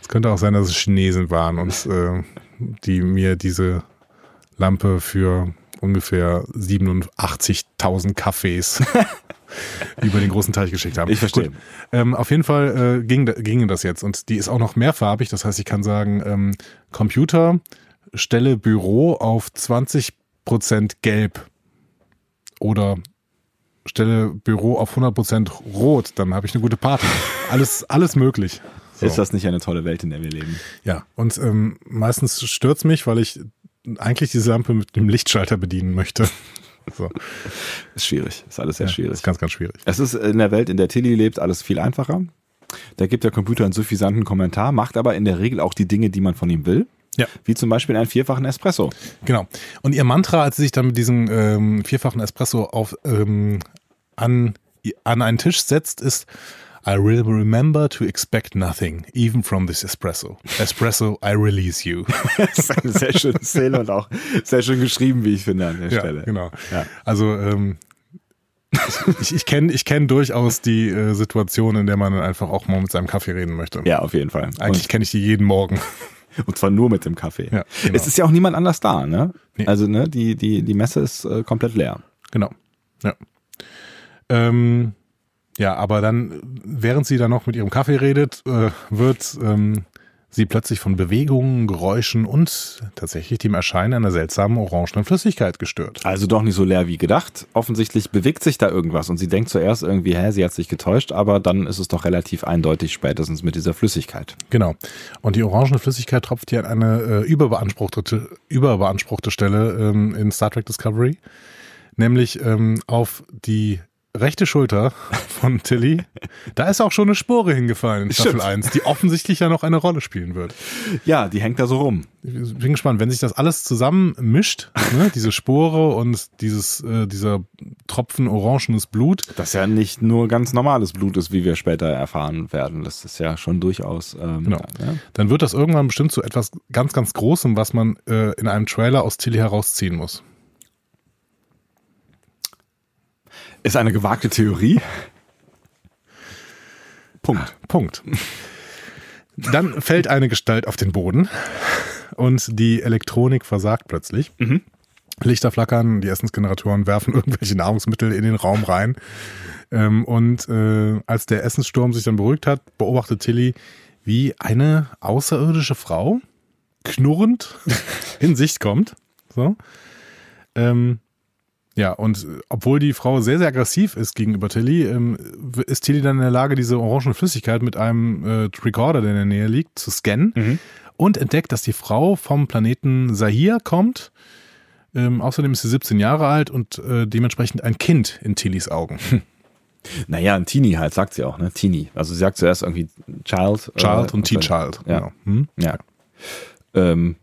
[SPEAKER 2] es könnte auch sein, dass es Chinesen waren und äh, die mir diese Lampe für ungefähr 87.000 Kaffees über den großen Teich geschickt haben.
[SPEAKER 1] Ich verstehe.
[SPEAKER 2] Gut. Ähm, auf jeden Fall äh, ging, da- ging das jetzt. Und die ist auch noch mehrfarbig. Das heißt, ich kann sagen, ähm, Computer, stelle Büro auf 20% gelb. Oder stelle Büro auf 100% rot. Dann habe ich eine gute Party. Alles, alles möglich. So.
[SPEAKER 1] Ist das nicht eine tolle Welt, in der wir leben?
[SPEAKER 2] Ja, und ähm, meistens stört's mich, weil ich eigentlich diese Lampe mit dem Lichtschalter bedienen möchte. So,
[SPEAKER 1] Ist schwierig. Ist alles sehr
[SPEAKER 2] Das
[SPEAKER 1] schwierig.
[SPEAKER 2] ist ganz, ganz schwierig.
[SPEAKER 1] Es ist in der Welt, in der Tilly lebt, alles viel einfacher. Da gibt der Computer einen suffisanten Kommentar, macht aber in der Regel auch die Dinge, die man von ihm will.
[SPEAKER 2] Ja.
[SPEAKER 1] Wie zum Beispiel einen vierfachen Espresso.
[SPEAKER 2] Genau. Und ihr Mantra, als sie sich dann mit diesem ähm, vierfachen Espresso auf, ähm, an, an einen Tisch setzt, ist I will remember to expect nothing, even from this espresso. Espresso, I release you.
[SPEAKER 1] Das ist eine sehr schöne Szene und auch sehr schön geschrieben, wie ich finde, an der Stelle.
[SPEAKER 2] Ja, genau.
[SPEAKER 1] Ja.
[SPEAKER 2] Also ähm, ich, ich kenne ich kenn durchaus die äh, Situation, in der man dann einfach auch mal mit seinem Kaffee reden möchte.
[SPEAKER 1] Ja, auf jeden Fall.
[SPEAKER 2] Eigentlich kenne ich die jeden Morgen.
[SPEAKER 1] Und, und zwar nur mit dem Kaffee.
[SPEAKER 2] Ja, genau.
[SPEAKER 1] Es ist ja auch niemand anders da, ne?
[SPEAKER 2] Nee.
[SPEAKER 1] Also, ne, die, die, die Messe ist äh, komplett leer.
[SPEAKER 2] Genau. Ja. Ähm, ja, aber dann, während sie dann noch mit ihrem Kaffee redet, äh, wird ähm, sie plötzlich von Bewegungen, Geräuschen und tatsächlich dem Erscheinen einer seltsamen orangenen Flüssigkeit gestört.
[SPEAKER 1] Also doch nicht so leer wie gedacht. Offensichtlich bewegt sich da irgendwas und sie denkt zuerst irgendwie, hä, sie hat sich getäuscht, aber dann ist es doch relativ eindeutig spätestens mit dieser Flüssigkeit.
[SPEAKER 2] Genau. Und die orangene Flüssigkeit tropft hier an eine äh, überbeanspruchte, überbeanspruchte Stelle ähm, in Star Trek Discovery, nämlich ähm, auf die rechte Schulter von Tilly, da ist auch schon eine Spore hingefallen in Staffel
[SPEAKER 1] Stimmt.
[SPEAKER 2] 1, die offensichtlich ja noch eine Rolle spielen wird.
[SPEAKER 1] Ja, die hängt da so rum.
[SPEAKER 2] Ich bin gespannt, wenn sich das alles zusammen mischt, ne, diese Spore und dieses, äh, dieser Tropfen orangenes Blut,
[SPEAKER 1] Das ja nicht nur ganz normales Blut ist, wie wir später erfahren werden. Das ist ja schon durchaus. Ähm,
[SPEAKER 2] Genau.
[SPEAKER 1] ja.
[SPEAKER 2] dann wird das irgendwann bestimmt zu etwas ganz, ganz Großem, was man äh, in einem Trailer aus Tilly herausziehen muss.
[SPEAKER 1] Ist eine gewagte Theorie. Punkt.
[SPEAKER 2] Ah, Punkt. Dann fällt eine Gestalt auf den Boden und die Elektronik versagt plötzlich. Lichter flackern, die Essensgeneratoren werfen irgendwelche Nahrungsmittel in den Raum rein. Ähm, und äh, als der Essenssturm sich dann beruhigt hat, beobachtet Tilly, wie eine außerirdische Frau knurrend in Sicht kommt. So. Ähm, ja, und äh, obwohl die Frau sehr, sehr aggressiv ist gegenüber Tilly, ähm, w- ist Tilly dann in der Lage, diese orangene Flüssigkeit mit einem äh, Recorder, der in der Nähe liegt, zu scannen
[SPEAKER 1] Mhm.
[SPEAKER 2] und entdeckt, dass die Frau vom Planeten Sahir kommt. Ähm, außerdem ist sie 17 Jahre alt und äh, dementsprechend ein Kind in Tillys Augen.
[SPEAKER 1] Äh, Naja, ein Teenie halt, sagt sie auch, ne? Teenie. Also sie sagt zuerst irgendwie Child.
[SPEAKER 2] Child
[SPEAKER 1] äh,
[SPEAKER 2] und T-Child.
[SPEAKER 1] Ja.
[SPEAKER 2] Genau. Hm?
[SPEAKER 1] Ja. Ähm,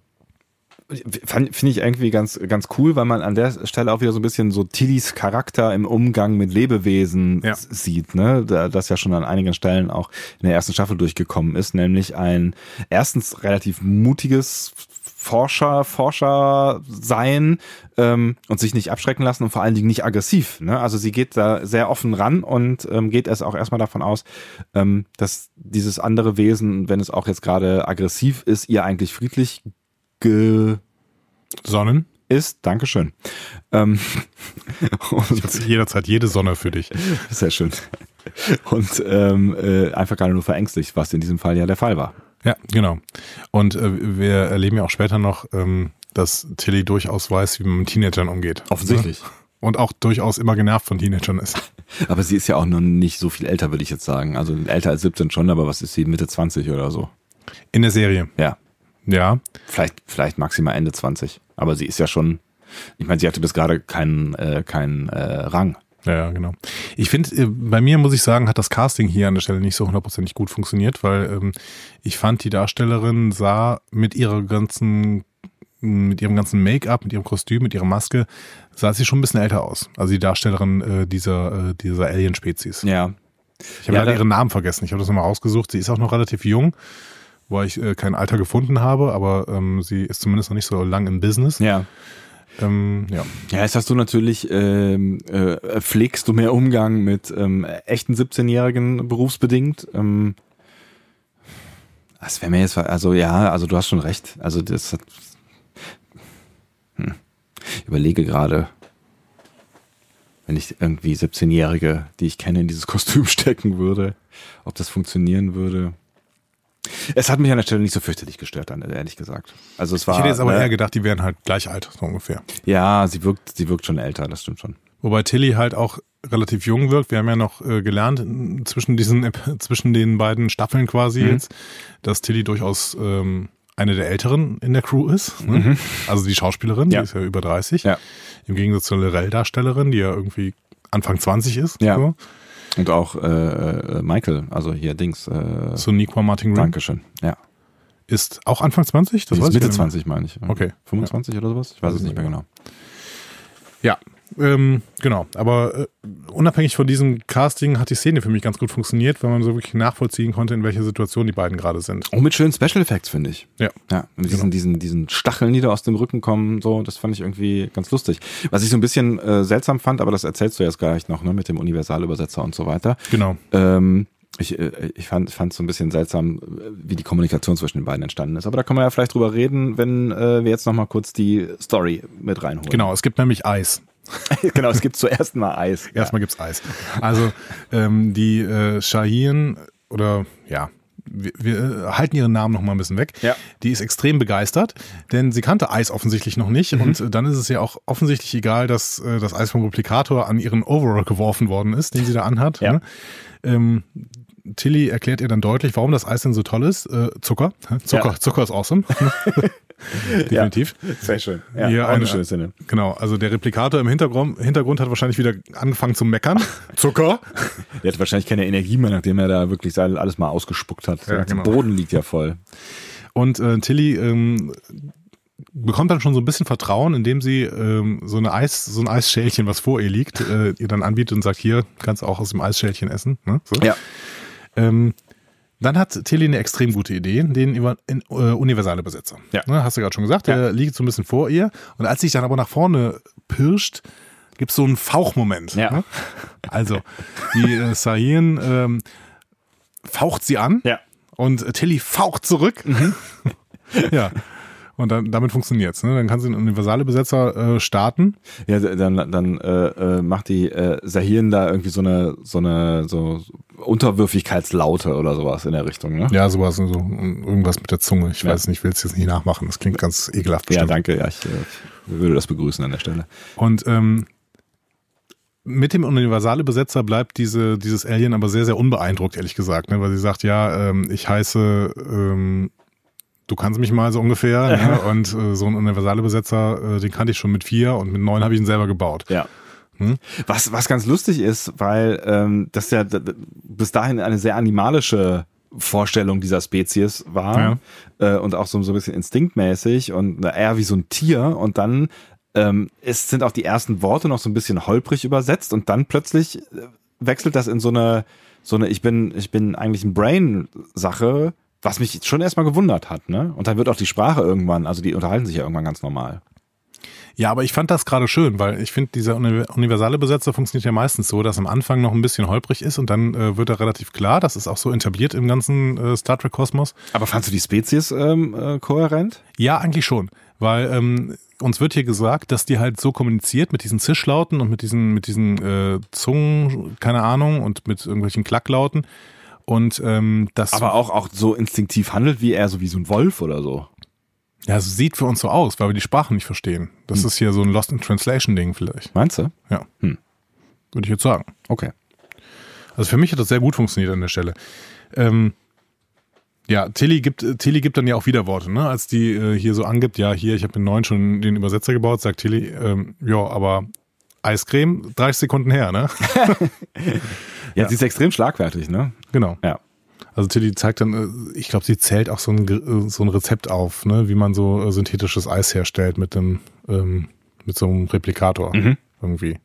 [SPEAKER 1] Finde ich irgendwie ganz, ganz cool, weil man an der Stelle auch wieder so ein bisschen so Tillys Charakter im Umgang mit Lebewesen
[SPEAKER 2] Ja.
[SPEAKER 1] s- sieht, ne? Da- Das ja schon an einigen Stellen auch in der ersten Staffel durchgekommen ist, nämlich ein erstens relativ mutiges Forscher, Forscher sein ähm, und sich nicht abschrecken lassen und vor allen Dingen nicht aggressiv. Ne? Also sie geht da sehr offen ran und ähm, geht es auch erstmal davon aus, ähm, dass dieses andere Wesen, wenn es auch jetzt gerade aggressiv ist, ihr eigentlich friedlich ge
[SPEAKER 2] Sonnen.
[SPEAKER 1] ist. Dankeschön. Ähm, und,
[SPEAKER 2] Jederzeit jede Sonne für dich.
[SPEAKER 1] sehr schön. Und ähm, äh, einfach gerade nur verängstigt, was in diesem Fall ja der Fall war.
[SPEAKER 2] Ja, genau. Und äh, wir erleben ja auch später noch, ähm, dass Tilly durchaus weiß, wie man mit Teenagern umgeht. Ja? Und auch durchaus immer genervt von Teenagern ist.
[SPEAKER 1] Aber sie ist ja auch noch nicht so viel älter, würde ich jetzt sagen. Also älter als 17 schon, aber was ist sie? Mitte 20 oder so.
[SPEAKER 2] In der Serie.
[SPEAKER 1] Ja.
[SPEAKER 2] Ja.
[SPEAKER 1] Vielleicht, vielleicht maximal Ende 20. Aber sie ist ja schon. Ich meine, sie hatte bis gerade keinen, äh, keinen äh, Rang.
[SPEAKER 2] Ja, ja, genau. Ich finde, äh, bei mir muss ich sagen, hat das Casting hier an der Stelle nicht so hundertprozentig gut funktioniert, weil ähm, ich fand, die Darstellerin sah mit ihrer ganzen, mit ihrem ganzen Make-up, mit ihrem Kostüm, mit ihrer Maske, sah sie schon ein bisschen älter aus. Also die Darstellerin äh, dieser, äh, dieser Alien-Spezies.
[SPEAKER 1] Ja.
[SPEAKER 2] Ich habe
[SPEAKER 1] Ja,
[SPEAKER 2] leider
[SPEAKER 1] da-
[SPEAKER 2] ihren Namen vergessen. Ich habe das nochmal rausgesucht. Sie ist auch noch relativ jung, wo ich äh, kein Alter gefunden habe, aber ähm, sie ist zumindest noch nicht so lang im Business.
[SPEAKER 1] Ja.
[SPEAKER 2] Ähm, ja.
[SPEAKER 1] Ja, jetzt hast du natürlich, ähm, äh, pflegst du mehr Umgang mit ähm, echten 17-Jährigen berufsbedingt. Ähm, das wäre mir jetzt, also ja, also du hast schon recht. Also das hat, hm, ich überlege gerade, wenn ich irgendwie 17-Jährige, die ich kenne, in dieses Kostüm stecken würde, ob das funktionieren würde. Es hat mich an der Stelle nicht so fürchterlich gestört, ehrlich gesagt. Also es war.
[SPEAKER 2] Ich hätte jetzt aber
[SPEAKER 1] ne?
[SPEAKER 2] eher gedacht, die wären halt gleich alt, so ungefähr.
[SPEAKER 1] Ja, sie wirkt, sie wirkt schon älter, das stimmt schon.
[SPEAKER 2] Wobei Tilly halt auch relativ jung wirkt. Wir haben ja noch äh, gelernt n- zwischen diesen Ep- zwischen den beiden Staffeln quasi
[SPEAKER 1] Mhm.
[SPEAKER 2] jetzt, dass Tilly durchaus ähm, eine der Älteren in der Crew ist. Ne? Also die Schauspielerin,
[SPEAKER 1] Mhm. Ja.
[SPEAKER 2] die ist ja über 30.
[SPEAKER 1] Ja.
[SPEAKER 2] Im Gegensatz zur Lorel-Darstellerin, die ja irgendwie Anfang 20 ist.
[SPEAKER 1] Ja.
[SPEAKER 2] So,
[SPEAKER 1] Und auch äh, äh, Michael, also hier Dings. Äh,
[SPEAKER 2] so Niqua Martin Green
[SPEAKER 1] Dankeschön. Ja.
[SPEAKER 2] ist auch Anfang 20. Das
[SPEAKER 1] Die
[SPEAKER 2] weiß
[SPEAKER 1] ist Mitte
[SPEAKER 2] ich gar nicht mehr.
[SPEAKER 1] 20, meine ich.
[SPEAKER 2] Okay. Also
[SPEAKER 1] 25 oder sowas? Ich weiß es nicht mehr genau.
[SPEAKER 2] Ja, ähm, genau. Aber äh, unabhängig von diesem Casting hat die Szene für mich ganz gut funktioniert, weil man so wirklich nachvollziehen konnte, in welcher Situation die beiden gerade sind.
[SPEAKER 1] Und mit schönen Special Effects, finde ich.
[SPEAKER 2] Ja.
[SPEAKER 1] Ja, und
[SPEAKER 2] Genau.
[SPEAKER 1] diesen, diesen, diesen Stacheln, die da aus dem Rücken kommen, so, das fand ich irgendwie ganz lustig. Was ich so ein bisschen äh, seltsam fand, aber das erzählst du jetzt gleich noch, ne, mit dem Universalübersetzer und so weiter.
[SPEAKER 2] Genau.
[SPEAKER 1] Ähm, ich äh, ich fand es so ein bisschen seltsam, äh, wie die Kommunikation zwischen den beiden entstanden ist. Aber da können wir ja vielleicht drüber reden, wenn äh, wir jetzt nochmal kurz die Story mit reinholen.
[SPEAKER 2] Genau, es gibt nämlich Eis.
[SPEAKER 1] genau, es gibt zuerst mal Eis.
[SPEAKER 2] Erstmal gibt's Eis. Also ähm, die äh, Shahien oder ja, wir, wir halten ihren Namen noch mal ein bisschen weg.
[SPEAKER 1] Ja.
[SPEAKER 2] Die ist extrem begeistert, denn sie kannte Eis offensichtlich noch
[SPEAKER 1] Mhm.
[SPEAKER 2] nicht. Und äh, dann ist es ja auch offensichtlich egal, dass äh, das Eis vom Replikator an ihren Overall geworfen worden ist, den sie da anhat.
[SPEAKER 1] Ja.
[SPEAKER 2] Ne? Ähm, Tilly erklärt ihr dann deutlich, warum das Eis denn so toll ist. Äh, Zucker. hä? Zucker,
[SPEAKER 1] Ja.
[SPEAKER 2] Zucker ist awesome. Definitiv.
[SPEAKER 1] Sehr schön. Ja,
[SPEAKER 2] Ja,
[SPEAKER 1] auch eine
[SPEAKER 2] eine-
[SPEAKER 1] schöne Szene.
[SPEAKER 2] Genau, also der Replikator im Hintergrund, Hintergrund hat wahrscheinlich wieder angefangen zu meckern. Zucker.
[SPEAKER 1] Der hat wahrscheinlich keine Energie mehr, nachdem er da wirklich sein- alles mal ausgespuckt hat.
[SPEAKER 2] Ja,
[SPEAKER 1] Der
[SPEAKER 2] genau.
[SPEAKER 1] Boden liegt ja voll.
[SPEAKER 2] Und äh, Tilly ähm, bekommt dann schon so ein bisschen Vertrauen, indem sie ähm, so, eine Eis, so ein Eisschälchen, was vor ihr liegt, äh, ihr dann anbietet und sagt, hier kannst du auch aus dem Eisschälchen essen. Ne? So.
[SPEAKER 1] Ja.
[SPEAKER 2] Ähm, dann hat Tilly eine extrem gute Idee, den über- in, äh, universale Besitzer.
[SPEAKER 1] Ja.
[SPEAKER 2] Ne, hast du gerade schon gesagt, der liegt so ein bisschen vor ihr. Und als sich dann aber nach vorne pirscht, gibt es so einen Fauchmoment.
[SPEAKER 1] Ja.
[SPEAKER 2] Ne? Also, die äh, Sahin ähm, faucht sie an
[SPEAKER 1] Ja. Mhm.
[SPEAKER 2] und äh, Tilly faucht zurück. ja. Und dann, damit funktioniert's. Ne? Dann kann sie einen universale Besetzer äh, starten.
[SPEAKER 1] Ja, dann, dann äh, äh, macht die äh, Sahirin da irgendwie so eine, so eine so Unterwürfigkeitslaute oder sowas in der Richtung, ne?
[SPEAKER 2] Ja, sowas, so irgendwas mit der Zunge. Ich
[SPEAKER 1] Ja.
[SPEAKER 2] weiß nicht, ich will es jetzt nicht nachmachen. Das klingt ganz ekelhaft.
[SPEAKER 1] Ja,
[SPEAKER 2] bestimmt.
[SPEAKER 1] danke. Ja, ich, äh, würde das begrüßen an der Stelle.
[SPEAKER 2] Und ähm, mit dem universale Besetzer bleibt diese, dieses Alien aber sehr, sehr unbeeindruckt, ehrlich gesagt, ne? weil sie sagt, ja, ähm, ich heiße, ähm, du kannst mich mal so ungefähr. Ne? Und äh, so ein universale Besetzer, äh, den kannte ich schon mit vier und mit neun habe ich ihn selber gebaut.
[SPEAKER 1] Ja.
[SPEAKER 2] Hm?
[SPEAKER 1] Was, was ganz lustig ist, weil ähm, das ja d- d- bis dahin eine sehr animalische Vorstellung dieser Spezies war äh, und auch so, so ein bisschen instinktmäßig und na, eher wie so ein Tier und dann ähm, es sind auch die ersten Worte noch so ein bisschen holprig übersetzt und dann plötzlich äh, wechselt das in so eine so eine ich bin ich bin eigentlich ein Brain Sache, was mich schon erstmal gewundert hat, ne? Und dann wird auch die Sprache irgendwann, also die unterhalten sich ja irgendwann ganz normal.
[SPEAKER 2] Ja, aber ich fand das gerade schön, weil ich finde, dieser Uni- universale Besetzer funktioniert ja meistens so, dass am Anfang noch ein bisschen holprig ist und dann äh, wird er relativ klar. Das ist auch so etabliert im ganzen äh, Star Trek-Kosmos.
[SPEAKER 1] Aber fandst du die Spezies ähm, äh, kohärent?
[SPEAKER 2] Ja, eigentlich schon, weil ähm, uns wird hier gesagt, dass die halt so kommuniziert mit diesen Zischlauten und mit diesen, mit diesen äh, Zungen, keine Ahnung, und mit irgendwelchen Klacklauten. Und ähm, das
[SPEAKER 1] aber auch, auch so instinktiv handelt wie er, so wie so ein Wolf oder so.
[SPEAKER 2] ja, es sieht für uns so aus, weil wir die Sprache nicht verstehen. Das ist hier so ein Lost in Translation-Ding vielleicht,
[SPEAKER 1] Meinst du?
[SPEAKER 2] Ja.
[SPEAKER 1] Hm.
[SPEAKER 2] würde ich jetzt sagen.
[SPEAKER 1] Okay.
[SPEAKER 2] Also für mich hat das sehr gut funktioniert an der Stelle. Ähm, ja, Tilly gibt, äh, Tilly gibt dann ja auch wieder Worte, ne? Als die äh, hier so angibt, ja, hier, ich habe mit neun schon den Übersetzer gebaut, sagt Tilly, ähm, ja, aber Eiscreme, 30 Sekunden her, ne?
[SPEAKER 1] Ja, sie ist extrem schlagfertig, ne?
[SPEAKER 2] Genau.
[SPEAKER 1] Ja.
[SPEAKER 2] Also Tilly zeigt dann, äh, ich glaube, sie zählt auch so ein, Ge- äh, so ein Rezept auf, ne? Wie man so äh, synthetisches Eis herstellt mit einem, ähm, mit so einem Replikator irgendwie.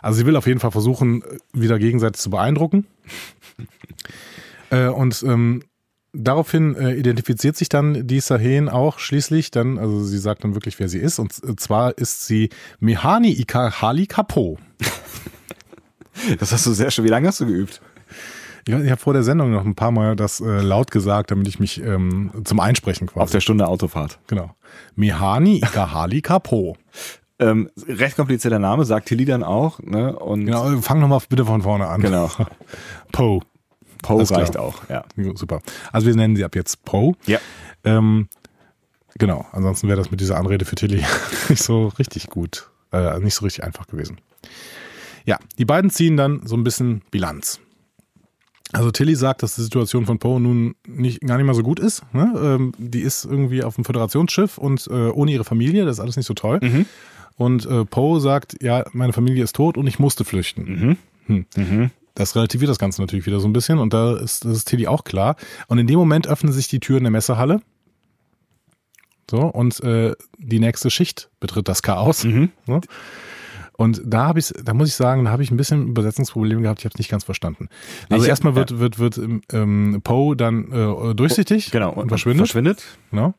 [SPEAKER 2] Also sie will auf jeden Fall versuchen, äh, wieder gegenseitig zu beeindrucken. äh, und ähm, daraufhin äh, identifiziert sich dann die Sahen auch schließlich dann, also sie sagt dann wirklich, wer sie ist. Und äh, zwar ist sie Mihani Ikahali Kapo.
[SPEAKER 1] Das hast du sehr schön. Wie lange hast du geübt?
[SPEAKER 2] Ich, weiß nicht, ich habe vor der Sendung noch ein paar Mal das äh, laut gesagt, damit ich mich ähm, zum Einsprechen quasi.
[SPEAKER 1] Auf der Stunde Autofahrt.
[SPEAKER 2] genau. Mihani Ikahali Kapo.
[SPEAKER 1] Ähm, recht komplizierter Name, sagt Tilly dann auch, ne? Und
[SPEAKER 2] Genau, äh, fang nochmal bitte von vorne an.
[SPEAKER 1] Genau.
[SPEAKER 2] Po.
[SPEAKER 1] Poe
[SPEAKER 2] Alles klar.
[SPEAKER 1] reicht auch, ja.
[SPEAKER 2] Ja, Super. Also wir nennen sie ab jetzt Po.
[SPEAKER 1] Ja.
[SPEAKER 2] Ähm, genau, ansonsten wäre das mit dieser Anrede für Tilly nicht so richtig gut, äh, nicht so richtig einfach gewesen. Ja, die beiden ziehen dann so ein bisschen Bilanz. Also Tilly sagt, dass die Situation von Poe nun nicht, gar nicht mal so gut ist. Ne? Ähm, die ist irgendwie auf dem Föderationsschiff und äh, ohne ihre Familie, das ist alles nicht so toll. Und äh, Poe sagt, ja, meine Familie ist tot und ich musste flüchten. Hm. Das relativiert das Ganze natürlich wieder so ein bisschen und da ist, das ist Tilly auch klar. Und in dem Moment öffnen sich die Türen der Messehalle. So, und äh, die nächste Schicht betritt das Chaos.
[SPEAKER 1] Mhm.
[SPEAKER 2] So. Und da habe ich, da muss ich sagen, da habe ich ein bisschen Übersetzungsprobleme gehabt, ich habe es nicht ganz verstanden. Also
[SPEAKER 1] Ich-
[SPEAKER 2] erstmal wird, wird, wird ähm, Poe dann äh, durchsichtig
[SPEAKER 1] Genau.
[SPEAKER 2] und verschwindet.
[SPEAKER 1] Verschwindet.
[SPEAKER 2] Genau.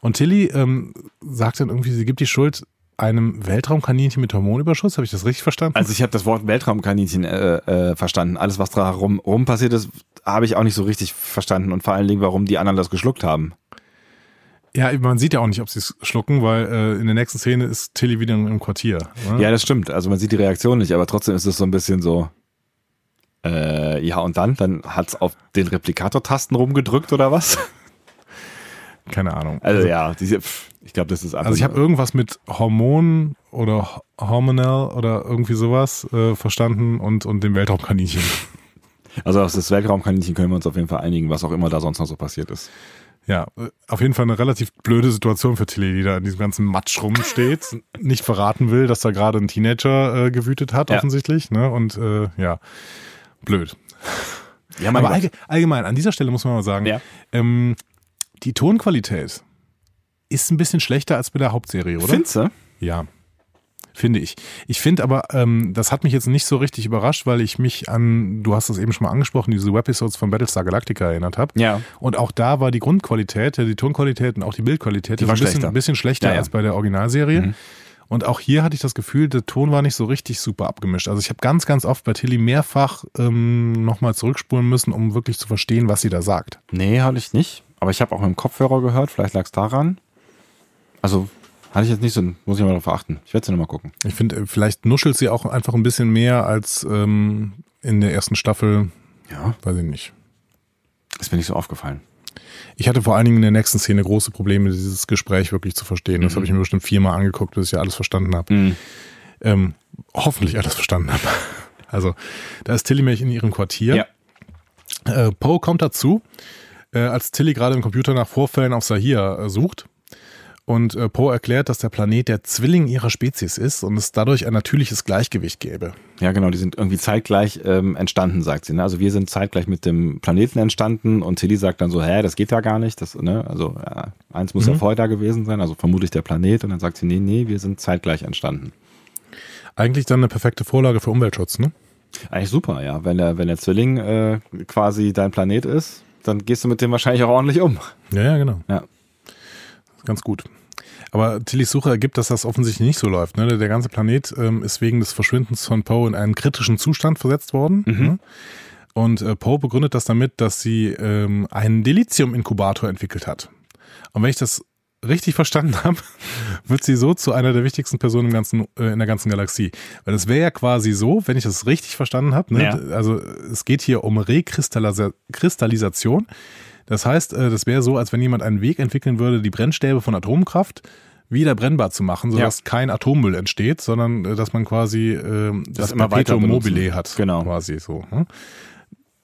[SPEAKER 2] Und Tilly ähm, sagt dann irgendwie, sie gibt die Schuld einem Weltraumkaninchen mit Hormonüberschuss. Habe ich das richtig verstanden?
[SPEAKER 1] Also ich habe das Wort Weltraumkaninchen äh, äh, verstanden. Alles, was da rum, rum passiert ist, habe ich auch nicht so richtig verstanden. Und vor allen Dingen, warum die anderen das geschluckt haben.
[SPEAKER 2] ja, man sieht ja auch nicht, ob sie es schlucken, weil äh, in der nächsten Szene ist Tilly wieder im Quartier. Ne?
[SPEAKER 1] Hm? Ja, das stimmt. Also man sieht die Reaktion nicht, aber trotzdem ist es so ein bisschen so. Äh, ja, und dann? Dann hat es auf den Replikator-Tasten rumgedrückt oder was?
[SPEAKER 2] Keine Ahnung.
[SPEAKER 1] Also, ja, diese, pff, ich glaube, das ist
[SPEAKER 2] Also ich habe irgendwas mit Hormonen oder Ho- Hormonell oder irgendwie sowas äh, verstanden und, und dem Weltraumkaninchen.
[SPEAKER 1] also auf das Weltraumkaninchen können wir uns auf jeden Fall einigen, was auch immer da sonst noch so passiert ist.
[SPEAKER 2] Ja, äh, auf jeden Fall eine relativ blöde Situation für Tilly, die da in diesem ganzen Matsch rumsteht, nicht verraten will, dass da gerade ein Teenager äh, gewütet hat,
[SPEAKER 1] Ja.
[SPEAKER 2] offensichtlich. Ne? Und äh, ja, blöd.
[SPEAKER 1] Ja,
[SPEAKER 2] Aber allge allgemein, an dieser Stelle muss man mal sagen,
[SPEAKER 1] Ja.
[SPEAKER 2] ähm, die Tonqualität ist ein bisschen schlechter als bei der Hauptserie, oder?
[SPEAKER 1] Findest du?
[SPEAKER 2] Ja, finde ich. Ich finde aber, ähm, das hat mich jetzt nicht so richtig überrascht, weil ich mich an, du hast es eben schon mal angesprochen, diese Webisodes von Battlestar Galactica erinnert habe.
[SPEAKER 1] Ja.
[SPEAKER 2] Und auch da war die Grundqualität, äh, die Tonqualität und auch die Bildqualität
[SPEAKER 1] Die war
[SPEAKER 2] ein bisschen
[SPEAKER 1] schlechter.
[SPEAKER 2] ein bisschen schlechter
[SPEAKER 1] Ja, Mhm. ja.
[SPEAKER 2] als bei der Originalserie. Und auch hier hatte ich das Gefühl, der Ton war nicht so richtig super abgemischt. Also ich habe ganz, ganz oft bei Tilly mehrfach ähm, nochmal zurückspulen müssen, um wirklich zu verstehen, was sie da sagt.
[SPEAKER 1] Nee, hatte ich nicht. Aber ich habe auch mit dem Kopfhörer gehört, vielleicht lag es daran. Also hatte ich jetzt nicht so, ein- muss ich mal darauf achten. Ich werde es ja nochmal gucken.
[SPEAKER 2] Ich finde, äh, vielleicht nuschelt sie auch einfach ein bisschen mehr als ähm, in der ersten Staffel,
[SPEAKER 1] Ja.
[SPEAKER 2] weiß ich nicht.
[SPEAKER 1] Ist mir nicht so aufgefallen.
[SPEAKER 2] Ich hatte vor allen Dingen in der nächsten Szene große Probleme, dieses Gespräch wirklich zu verstehen.
[SPEAKER 1] Mhm.
[SPEAKER 2] Das habe ich mir bestimmt viermal angeguckt, bis ich ja alles verstanden habe. Ähm, hoffentlich alles verstanden habe. Also, da ist Tilly Milch in ihrem Quartier. Äh, Poe kommt dazu, äh, als Tilly gerade im Computer nach Vorfällen auf Sahir äh, sucht. Und äh, Poe erklärt, dass der Planet der Zwilling ihrer Spezies ist und es dadurch ein natürliches Gleichgewicht gäbe.
[SPEAKER 1] Ja, genau, die sind irgendwie zeitgleich ähm, entstanden, sagt sie. Ne? Also wir sind zeitgleich mit dem Planeten entstanden und Tilly sagt dann so, hä, das geht ja gar nicht. Das, ne? Also ja, eins muss ja vorher da gewesen sein, also vermutlich der Planet. Und dann sagt sie, nee, nee, wir sind zeitgleich entstanden.
[SPEAKER 2] Eigentlich dann eine perfekte Vorlage für Umweltschutz, ne?
[SPEAKER 1] Eigentlich super, ja. Wenn der, wenn der Zwilling äh, quasi dein Planet ist, dann gehst du mit dem wahrscheinlich auch ordentlich um.
[SPEAKER 2] Ja, ja, genau.
[SPEAKER 1] Ja.
[SPEAKER 2] Ganz gut. Aber Tillys Suche ergibt, dass das offensichtlich nicht so läuft. Ne? Der- Der ganze Planet ähm, ist wegen des Verschwindens von Poe in einen kritischen Zustand versetzt worden. Ne? Und äh, Poe begründet das damit, dass sie ähm, einen Delizium-Inkubator entwickelt hat. Und wenn ich das richtig verstanden habe, wird sie so zu einer der wichtigsten Personen im ganzen, äh, in der ganzen Galaxie. Weil das wäre ja quasi so, wenn ich das richtig verstanden habe. Ne?
[SPEAKER 1] Ja.
[SPEAKER 2] Also es geht hier um Rekristallisation. Das heißt, äh, das wäre so, als wenn jemand einen Weg entwickeln würde, die Brennstäbe von Atomkraft wieder brennbar zu machen, sodass kein Atommüll entsteht, sondern äh, dass man quasi ähm, das,
[SPEAKER 1] immer weiter
[SPEAKER 2] Perpetuum
[SPEAKER 1] benutzen.
[SPEAKER 2] mobile hat.
[SPEAKER 1] Genau.
[SPEAKER 2] Quasi so. Ne?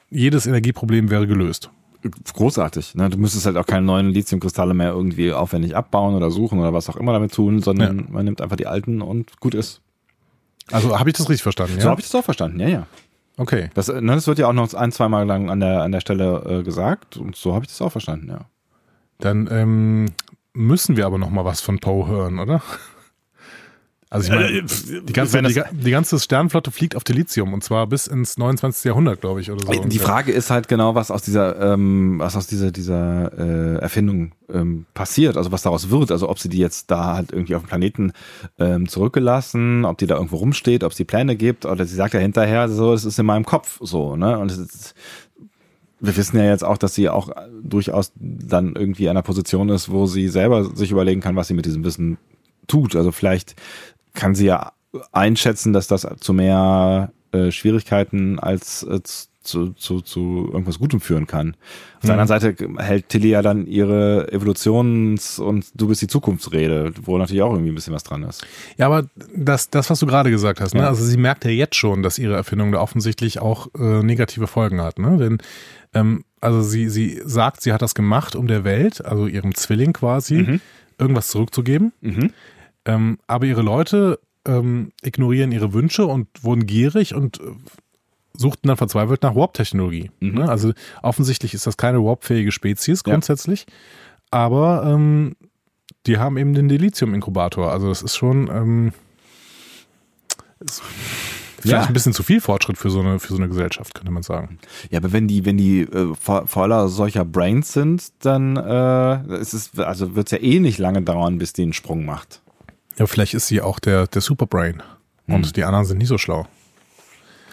[SPEAKER 2] Jedes Energieproblem wäre gelöst.
[SPEAKER 1] großartig. Ne? Du müsstest halt auch keine neuen Lithiumkristalle mehr irgendwie aufwendig abbauen oder suchen oder was auch immer damit tun, sondern man nimmt einfach die alten und gut ist.
[SPEAKER 2] Also habe ich das richtig verstanden? Ja?
[SPEAKER 1] So habe ich das auch verstanden, ja, ja.
[SPEAKER 2] okay.
[SPEAKER 1] Das, äh, ne, das wird ja auch noch ein, zweimal lang an der, an der Stelle äh, gesagt und so habe ich das auch verstanden, ja.
[SPEAKER 2] Dann ähm, müssen wir aber noch mal was von Poe hören, oder? Also ich meine, die ganze,
[SPEAKER 1] Äh, wenn das-
[SPEAKER 2] die, ga- die ganze Sternflotte fliegt auf Delizium und zwar bis ins 29. Jahrhundert, glaube ich, oder so.
[SPEAKER 1] Die
[SPEAKER 2] ungefähr.
[SPEAKER 1] Frage ist halt genau, was aus dieser, ähm, was aus dieser, dieser äh, Erfindung ähm, passiert, also was daraus wird, also ob sie die jetzt da halt irgendwie auf dem Planeten ähm, zurückgelassen, ob die da irgendwo rumsteht, ob es die Pläne gibt oder sie sagt ja hinterher, so, es ist in meinem Kopf so, ne? Und es ist, wir wissen ja jetzt auch, dass sie auch äh, durchaus dann irgendwie in einer Position ist, wo sie selber sich überlegen kann, was sie mit diesem Wissen tut. Also vielleicht kann sie ja einschätzen, dass das zu mehr äh, Schwierigkeiten als äh, zu, zu, zu irgendwas Gutem führen kann. Auf
[SPEAKER 2] Mhm.
[SPEAKER 1] der anderen Seite hält Tilly ja dann ihre Evolutions- und du bist die Zukunftsrede, wo natürlich auch irgendwie ein bisschen was dran ist.
[SPEAKER 2] Ja, aber das, das was du gerade gesagt hast, ne?
[SPEAKER 1] Ja.
[SPEAKER 2] also sie merkt ja jetzt schon, dass ihre Erfindung da offensichtlich auch äh, negative Folgen hat. Ne? Denn ähm, also sie, sie sagt, sie hat das gemacht, um der Welt, also ihrem Zwilling quasi,
[SPEAKER 1] Mhm.
[SPEAKER 2] irgendwas zurückzugeben. Ähm, aber ihre Leute ähm, ignorieren ihre Wünsche und wurden gierig und äh, suchten dann verzweifelt nach Warp-Technologie. Ne? Also offensichtlich ist das keine Warp-fähige Spezies
[SPEAKER 1] Mhm. Ja.
[SPEAKER 2] grundsätzlich, aber ähm, die haben eben den Delizium-Inkubator. Also das ist schon ähm, ist vielleicht
[SPEAKER 1] Ja.
[SPEAKER 2] ein bisschen zu viel Fortschritt für so eine, für so eine Gesellschaft, könnte man sagen.
[SPEAKER 1] Ja, aber wenn die, wenn die äh, vo- voller solcher Brains sind, dann äh, ist es, also wird es ja eh nicht lange dauern, bis die einen Sprung macht.
[SPEAKER 2] Ja, vielleicht ist sie auch der, der Superbrain und
[SPEAKER 1] Mhm.
[SPEAKER 2] die anderen sind nicht so schlau.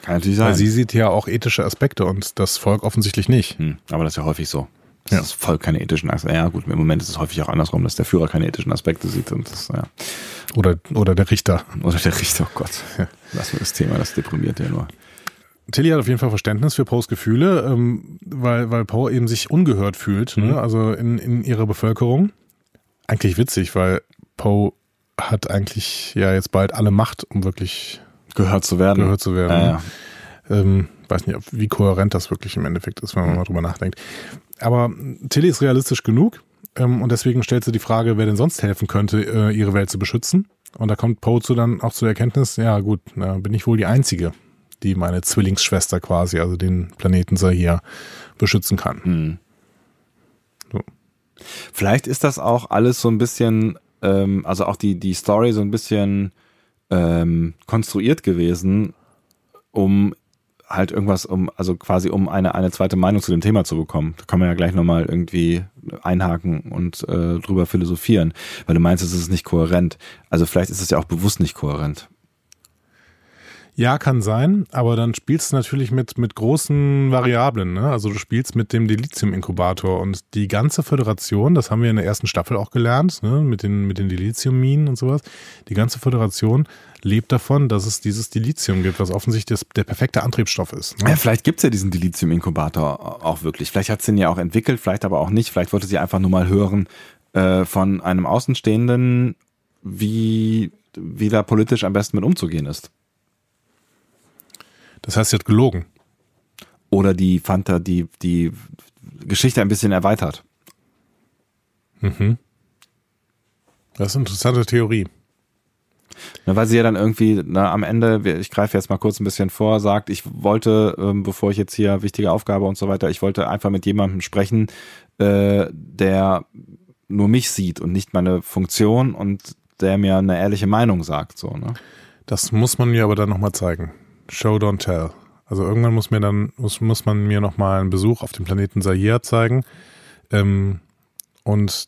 [SPEAKER 1] Kann natürlich sein.
[SPEAKER 2] Weil sie sieht ja auch ethische Aspekte und das Volk offensichtlich nicht.
[SPEAKER 1] Hm, aber das ist ja häufig so. Das
[SPEAKER 2] Ja.
[SPEAKER 1] ist voll keine ethischen Aspekte. Ja, gut, im Moment ist es häufig auch andersrum, dass der Führer keine ethischen Aspekte sieht und das, ja.
[SPEAKER 2] Oder, oder der Richter.
[SPEAKER 1] Oder der Richter, oh Gott. Lass mir das Thema, das deprimiert ja nur.
[SPEAKER 2] Tilly hat auf jeden Fall Verständnis für Poes Gefühle, ähm, weil, weil Poe eben sich ungehört fühlt,
[SPEAKER 1] Mhm.
[SPEAKER 2] ne? also in, in ihrer Bevölkerung. Eigentlich witzig, weil Poe hat eigentlich ja jetzt bald alle Macht, um wirklich
[SPEAKER 1] Gehört zu werden.
[SPEAKER 2] gehört zu werden.
[SPEAKER 1] Ja, ja.
[SPEAKER 2] Ähm, weiß nicht, ob, wie kohärent das wirklich im Endeffekt ist, wenn man mal drüber nachdenkt. Aber hm, Tilly ist realistisch genug ähm, und deswegen stellt sie die Frage, wer denn sonst helfen könnte, äh, ihre Welt zu beschützen. Und da kommt Poe zu dann auch zur Erkenntnis, ja gut, na, bin ich wohl die Einzige, die meine Zwillingsschwester quasi, also den Planeten Sahia, beschützen kann.
[SPEAKER 1] Vielleicht ist das auch alles so ein bisschen, ähm, also auch die, die Story so ein bisschen ähm, konstruiert gewesen, um halt irgendwas, um, also quasi um eine, eine zweite Meinung zu dem Thema zu bekommen. Da kann man ja gleich nochmal irgendwie einhaken und äh, drüber philosophieren, weil du meinst, es ist nicht kohärent. Also vielleicht ist es ja auch bewusst nicht kohärent.
[SPEAKER 2] Ja, kann sein, aber dann spielst du natürlich mit, mit großen Variablen. Ne? Also du spielst mit dem Delizium-Inkubator und die ganze Föderation, das haben wir in der ersten Staffel auch gelernt, ne? mit den, mit den Delizium-Minen und sowas, die ganze Föderation lebt davon, dass es dieses Delizium gibt, was offensichtlich das, der perfekte Antriebsstoff ist.
[SPEAKER 1] Ja,
[SPEAKER 2] Ne?
[SPEAKER 1] vielleicht gibt's ja diesen Delizium-Inkubator auch wirklich. Vielleicht hat's den ja auch entwickelt, vielleicht aber auch nicht. Vielleicht wollte sie einfach nur mal hören äh, von einem Außenstehenden, wie, wie da politisch am besten mit umzugehen ist.
[SPEAKER 2] Das heißt, sie hat gelogen.
[SPEAKER 1] Oder die Fanta, die, die Geschichte ein bisschen erweitert.
[SPEAKER 2] Mhm. Das ist eine interessante Theorie.
[SPEAKER 1] Ne, weil sie ja dann irgendwie na, am Ende, wir- ich greife jetzt mal kurz ein bisschen vor, sagt, ich wollte, ähm, bevor ich jetzt hier wichtige Aufgabe und so weiter, ich wollte einfach mit jemandem sprechen, äh, der nur mich sieht und nicht meine Funktion und der mir eine ehrliche Meinung sagt. So, ne?
[SPEAKER 2] Das muss man mir aber dann nochmal zeigen. Show, don't tell. Also irgendwann muss mir dann, muss, muss man mir nochmal einen Besuch auf dem Planeten Sahia zeigen. Ähm, und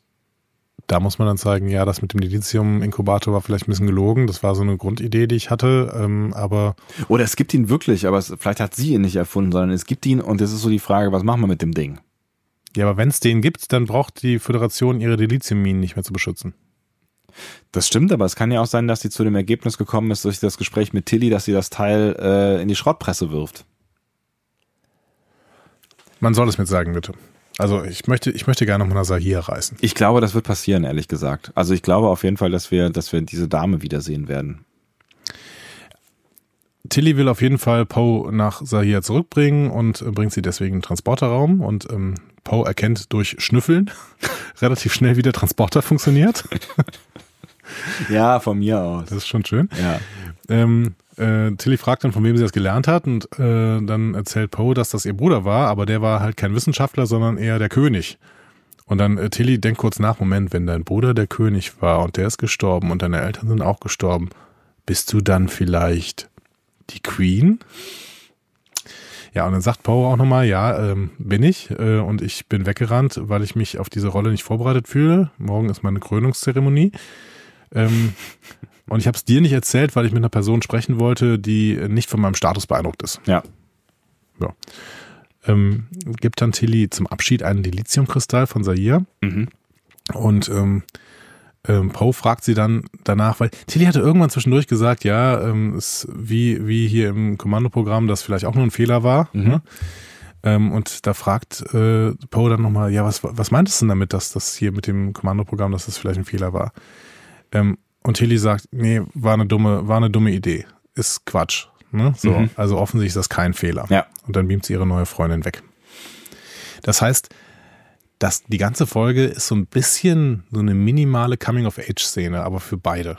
[SPEAKER 2] da muss man dann zeigen, ja, das mit dem Lithium-Inkubator war vielleicht ein bisschen gelogen. Das war so eine Grundidee, die ich hatte. Ähm, aber
[SPEAKER 1] Oder es gibt ihn wirklich, aber es, vielleicht hat sie ihn nicht erfunden, sondern es gibt ihn und es ist so die Frage, was machen wir mit dem Ding?
[SPEAKER 2] ja, aber wenn es den gibt, dann braucht die Föderation ihre Lithium-Minen nicht mehr zu beschützen.
[SPEAKER 1] Das stimmt, aber es kann ja auch sein, dass sie zu dem Ergebnis gekommen ist durch das Gespräch mit Tilly, dass sie das Teil äh, in die Schrottpresse wirft.
[SPEAKER 2] Man soll es mir sagen, bitte. Also ich möchte, ich möchte gerne nochmal nach Sahia reisen.
[SPEAKER 1] Ich glaube, das wird passieren, ehrlich gesagt. Also ich glaube auf jeden Fall, dass wir, dass wir diese Dame wiedersehen werden.
[SPEAKER 2] Tilly will auf jeden Fall Poe nach Sahia zurückbringen und äh, bringt sie deswegen in den Transporterraum. Und ähm, Poe erkennt durch Schnüffeln relativ schnell, wie der Transporter funktioniert.
[SPEAKER 1] Ja, von mir aus.
[SPEAKER 2] Das ist schon schön.
[SPEAKER 1] Ja.
[SPEAKER 2] Ähm, äh, Tilly fragt dann, von wem sie das gelernt hat. Und äh, dann erzählt Poe, dass das ihr Bruder war, aber der war halt kein Wissenschaftler, sondern eher der König. Und dann äh, Tilly denkt kurz nach, Moment, wenn dein Bruder der König war und der ist gestorben und deine Eltern sind auch gestorben, bist du dann vielleicht die Queen? Ja, und dann sagt Poe auch nochmal, ja, ähm, bin ich äh, und ich bin weggerannt, weil ich mich auf diese Rolle nicht vorbereitet fühle. Morgen ist meine Krönungszeremonie. Ähm, und ich habe es dir nicht erzählt, weil ich mit einer Person sprechen wollte, die äh, nicht von meinem Status beeindruckt ist.
[SPEAKER 1] Ja.
[SPEAKER 2] Ähm, gibt dann Tilly zum Abschied einen Dilithiumkristall von Sahir.
[SPEAKER 1] Mhm.
[SPEAKER 2] Und ähm, ähm, Poe fragt sie dann danach, weil Tilly hatte irgendwann zwischendurch gesagt, ja, ähm, ist wie, wie hier im Kommandoprogramm, das vielleicht auch nur ein Fehler war. Ne? Ähm, und da fragt äh, Poe dann nochmal, ja, was, was meintest du denn damit, dass das hier mit dem Kommandoprogramm, dass das vielleicht ein Fehler war? Ähm, und Tilly sagt, nee, war eine dumme, war eine dumme Idee. Ist Quatsch. Ne? So,
[SPEAKER 1] Mhm.
[SPEAKER 2] Also offensichtlich ist das kein Fehler.
[SPEAKER 1] Ja.
[SPEAKER 2] Und dann beamt sie ihre neue Freundin weg. Das heißt, das, die ganze Folge ist so ein bisschen so eine minimale Coming-of-Age-Szene, aber für beide.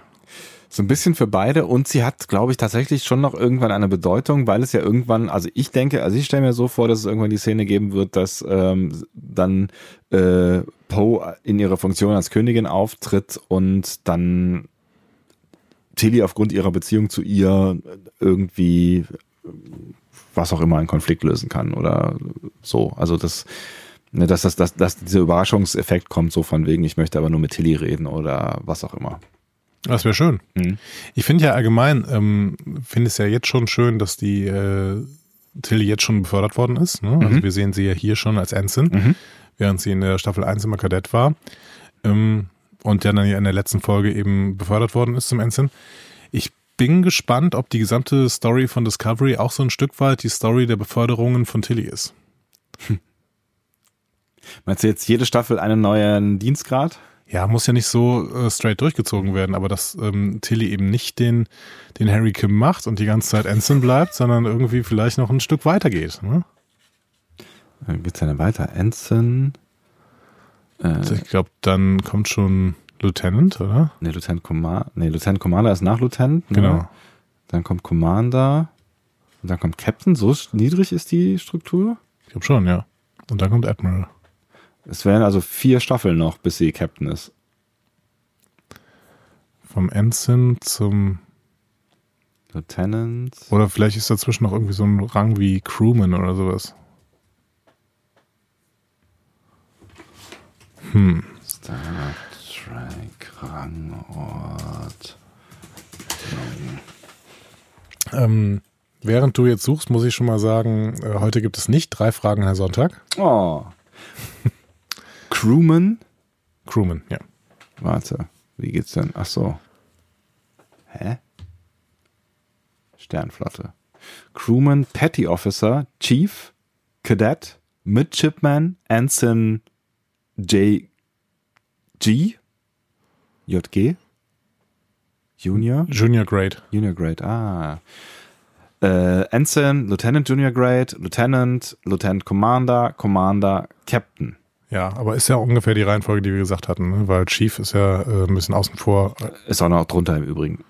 [SPEAKER 1] So ein bisschen für beide und sie hat, glaube ich, tatsächlich schon noch irgendwann eine Bedeutung, weil es ja irgendwann, also ich denke, also ich stelle mir so vor, dass es irgendwann die Szene geben wird, dass ähm, dann äh, Poe in ihrer Funktion als Königin auftritt und dann Tilly aufgrund ihrer Beziehung zu ihr irgendwie äh, was auch immer einen Konflikt lösen kann oder so. Also das, ne, dass, das, dass, dass dieser Überraschungseffekt kommt, so von wegen, ich möchte aber nur mit Tilly reden oder was auch immer.
[SPEAKER 2] Das wäre schön.
[SPEAKER 1] Mhm.
[SPEAKER 2] Ich finde ja allgemein, ähm, finde es ja jetzt schon schön, dass die äh, Tilly jetzt schon befördert worden ist. Ne? Also wir sehen sie ja hier schon als Ensign, während sie in der Staffel 1 immer Kadett war. Ähm, und der dann ja in der letzten Folge eben befördert worden ist zum Ensign. Ich bin gespannt, ob die gesamte Story von Discovery auch so ein Stück weit die Story der Beförderungen von Tilly ist.
[SPEAKER 1] Meinst du jetzt jede Staffel einen neuen Dienstgrad?
[SPEAKER 2] Ja, muss ja nicht so äh, straight durchgezogen werden, aber dass ähm, Tilly eben nicht den, den Harry Kim macht und die ganze Zeit Ensign bleibt, sondern irgendwie vielleicht noch ein Stück weiter geht. Ne?
[SPEAKER 1] Dann Äh, geht's ja dann weiter. Ensign. Äh,
[SPEAKER 2] Also Ich glaube, dann kommt schon Lieutenant, oder?
[SPEAKER 1] ne, Lieutenant Commander. Ne, Lieutenant Commander ist nach Lieutenant. Ne?
[SPEAKER 2] Genau.
[SPEAKER 1] Dann kommt Commander. Und dann kommt Captain. So sch- niedrig ist die Struktur.
[SPEAKER 2] Ich glaube schon, ja. Und dann kommt Admiral.
[SPEAKER 1] Es wären also vier Staffeln noch, bis sie Captain ist.
[SPEAKER 2] Vom Ensign zum.
[SPEAKER 1] Lieutenant.
[SPEAKER 2] Oder vielleicht ist dazwischen noch irgendwie so ein Rang wie Crewman oder sowas.
[SPEAKER 1] Star Trek Rangort.
[SPEAKER 2] Ähm, während du jetzt suchst, muss ich schon mal sagen, äh, heute gibt es nicht drei Fragen, Herr Sonntag.
[SPEAKER 1] Oh. Crewman.
[SPEAKER 2] Crewman, ja.
[SPEAKER 1] Warte, wie geht's denn? Ach so. Hä? Sternflotte. Crewman, Petty Officer, Chief, Cadet, Midshipman, Ensign, J. G. JG? Junior?
[SPEAKER 2] Junior Grade.
[SPEAKER 1] Junior Grade, ah. Äh, Ensign, Lieutenant Junior Grade, Lieutenant, Lieutenant Commander, Commander, Captain.
[SPEAKER 2] Ja, aber ist ja ungefähr die Reihenfolge, die wir gesagt hatten, ne? weil Chief ist ja äh, ein bisschen außen vor. Äh,
[SPEAKER 1] Ist auch noch drunter im Übrigen.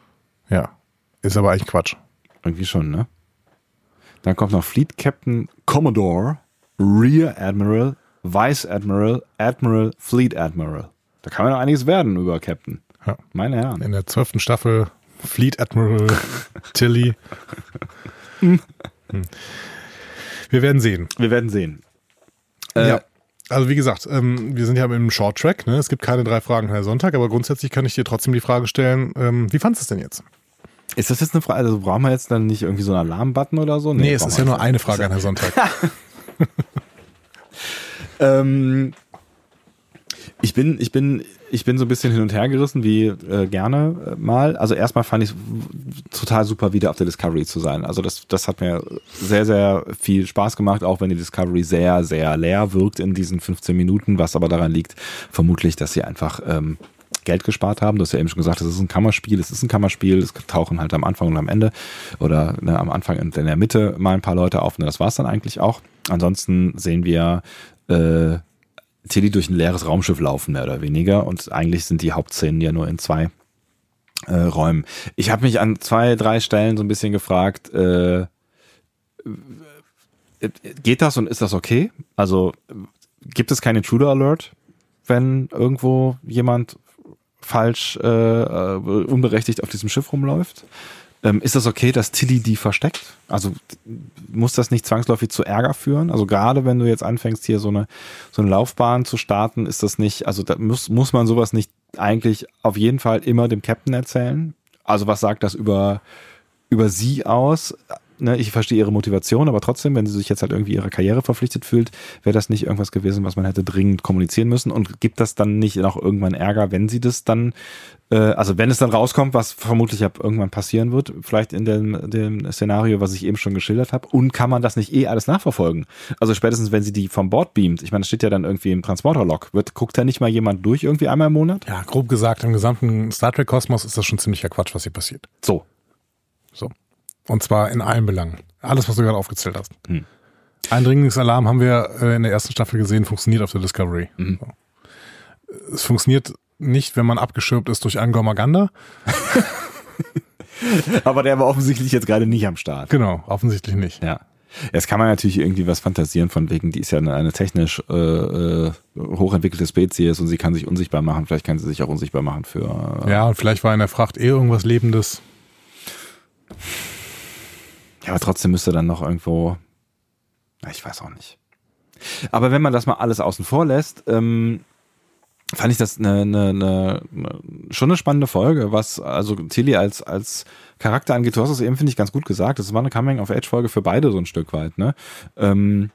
[SPEAKER 2] ja, ist aber eigentlich Quatsch.
[SPEAKER 1] Irgendwie schon, ne? Dann kommt noch Fleet Captain Commodore, Rear Admiral, Vice Admiral, Admiral, Fleet Admiral. Da kann man noch einiges werden über Captain.
[SPEAKER 2] Ja.
[SPEAKER 1] Meine Herren.
[SPEAKER 2] In der zwölften Staffel Fleet Admiral Tilly. Hm. Wir werden sehen.
[SPEAKER 1] Wir werden sehen. Äh,
[SPEAKER 2] ja. Also wie gesagt, ähm, wir sind ja im Short Track. Ne? Es gibt keine drei Fragen Herr Sonntag, aber grundsätzlich kann ich dir trotzdem die Frage stellen: ähm, Wie fandst du es denn jetzt?
[SPEAKER 1] Ist das jetzt eine Frage? Also brauchen wir jetzt dann nicht irgendwie so einen Alarmbutton oder so?
[SPEAKER 2] Nee, es
[SPEAKER 1] brauchen
[SPEAKER 2] ist
[SPEAKER 1] wir
[SPEAKER 2] ja nur eine Frage an Herr Sonntag.
[SPEAKER 1] Ähm, ich bin, ich bin, ich bin so ein bisschen hin und her gerissen, wie äh, gerne äh, mal. Also erstmal fand ich total super, wieder auf der Discovery zu sein. Also das, das hat mir sehr, sehr viel Spaß gemacht, auch wenn die Discovery sehr, sehr leer wirkt in diesen 15 Minuten, was aber daran liegt, vermutlich, dass sie einfach ähm, Geld gespart haben. Du hast ja eben schon gesagt, es ist ein Kammerspiel, es ist ein Kammerspiel, es tauchen halt am Anfang und am Ende oder ne, am Anfang und in der Mitte mal ein paar Leute auf. Ne, das war es dann eigentlich auch. Ansonsten sehen wir äh, Tilly durch ein leeres Raumschiff laufen, mehr oder weniger. Und eigentlich sind die Hauptszenen ja nur in zwei äh, Räumen. Ich habe mich an zwei, drei Stellen so ein bisschen gefragt, äh, geht das und ist das okay? Also äh, gibt es keinen Intruder Alert, wenn irgendwo jemand falsch, äh, äh, unberechtigt auf diesem Schiff rumläuft? Ähm, ist das okay, dass Tilly die versteckt? Also muss das nicht zwangsläufig zu Ärger führen? Also gerade wenn du jetzt anfängst, hier so eine, so eine Laufbahn zu starten, ist das nicht, also da muss, muss man sowas nicht eigentlich auf jeden Fall immer dem Captain erzählen? Also was sagt das über, über sie aus? Ne, ich verstehe ihre Motivation, aber trotzdem, wenn sie sich jetzt halt irgendwie ihrer Karriere verpflichtet fühlt, wäre das nicht irgendwas gewesen, was man hätte dringend kommunizieren müssen und gibt das dann nicht noch irgendwann Ärger, wenn sie das dann äh, also wenn es dann rauskommt, was vermutlich ab irgendwann passieren wird, vielleicht in dem, dem Szenario, was ich eben schon geschildert habe, und kann man das nicht eh alles nachverfolgen? Also spätestens, wenn sie die vom Bord beamt, ich meine, das steht ja dann irgendwie im Transporterlog, wird, guckt da nicht mal jemand durch irgendwie einmal im Monat?
[SPEAKER 2] ja, grob gesagt, im gesamten Star Trek-Kosmos ist das schon ziemlicher Quatsch, was hier passiert.
[SPEAKER 1] So.
[SPEAKER 2] So. Und zwar in allen Belangen. Alles, was du gerade aufgezählt hast. Eindringlingsalarm haben wir äh, in der ersten Staffel gesehen, funktioniert auf der Discovery. So. Es funktioniert nicht, wenn man abgeschirmt ist durch einen Gormaganda.
[SPEAKER 1] Aber der war offensichtlich jetzt gerade nicht am Start.
[SPEAKER 2] Genau, offensichtlich nicht.
[SPEAKER 1] Ja. Jetzt kann man natürlich irgendwie was fantasieren von wegen, die ist ja eine, eine technisch äh, äh, hochentwickelte Spezies und sie kann sich unsichtbar machen. Vielleicht kann sie sich auch unsichtbar machen für.
[SPEAKER 2] Ja, und vielleicht war in der Fracht eh irgendwas Lebendes.
[SPEAKER 1] Ja, aber trotzdem müsste dann noch irgendwo. Na, ich weiß auch nicht. Aber wenn man das mal alles außen vor lässt, ähm, fand ich das eine, eine, eine, eine, schon eine spannende Folge, was also Tilly als, als Charakter angeht. Du hast es eben, finde ich, ganz gut gesagt. Das war eine Coming-of-Age-Folge für beide so ein Stück weit. Ne? Ähm,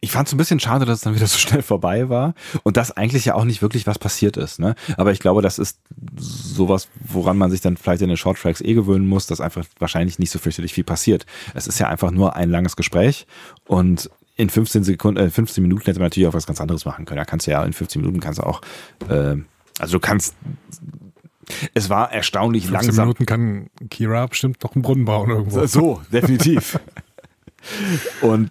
[SPEAKER 1] ich fand es ein bisschen schade, dass es dann wieder so schnell vorbei war und dass eigentlich ja auch nicht wirklich was passiert ist. Ne? Aber ich glaube, das ist sowas, woran man sich dann vielleicht in den Shorttracks eh gewöhnen muss, dass einfach wahrscheinlich nicht so fürchterlich viel passiert. Es ist ja einfach nur ein langes Gespräch und in 15 Sekunden, äh, 15 Minuten hätte man natürlich auch was ganz anderes machen können. Da kannst du ja in 15 Minuten kannst du auch, äh, also du kannst es war erstaunlich
[SPEAKER 2] 15
[SPEAKER 1] langsam.
[SPEAKER 2] Minuten kann Kira bestimmt noch einen Brunnen bauen irgendwo.
[SPEAKER 1] So, definitiv. und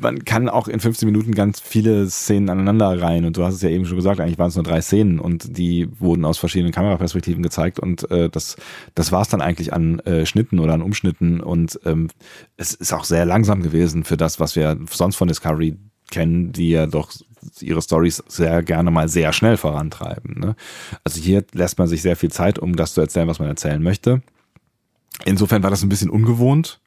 [SPEAKER 1] man kann auch in 15 Minuten ganz viele Szenen aneinander reihen. Und du hast es ja eben schon gesagt, eigentlich waren es nur drei Szenen und die wurden aus verschiedenen Kameraperspektiven gezeigt. Und äh, das, das war es dann eigentlich an äh, Schnitten oder an Umschnitten. Und ähm, es ist auch sehr langsam gewesen für das, was wir sonst von Discovery kennen, die ja doch ihre Stories sehr gerne mal sehr schnell vorantreiben. Ne? Also hier lässt man sich sehr viel Zeit, um das zu erzählen, was man erzählen möchte. Insofern war das ein bisschen ungewohnt.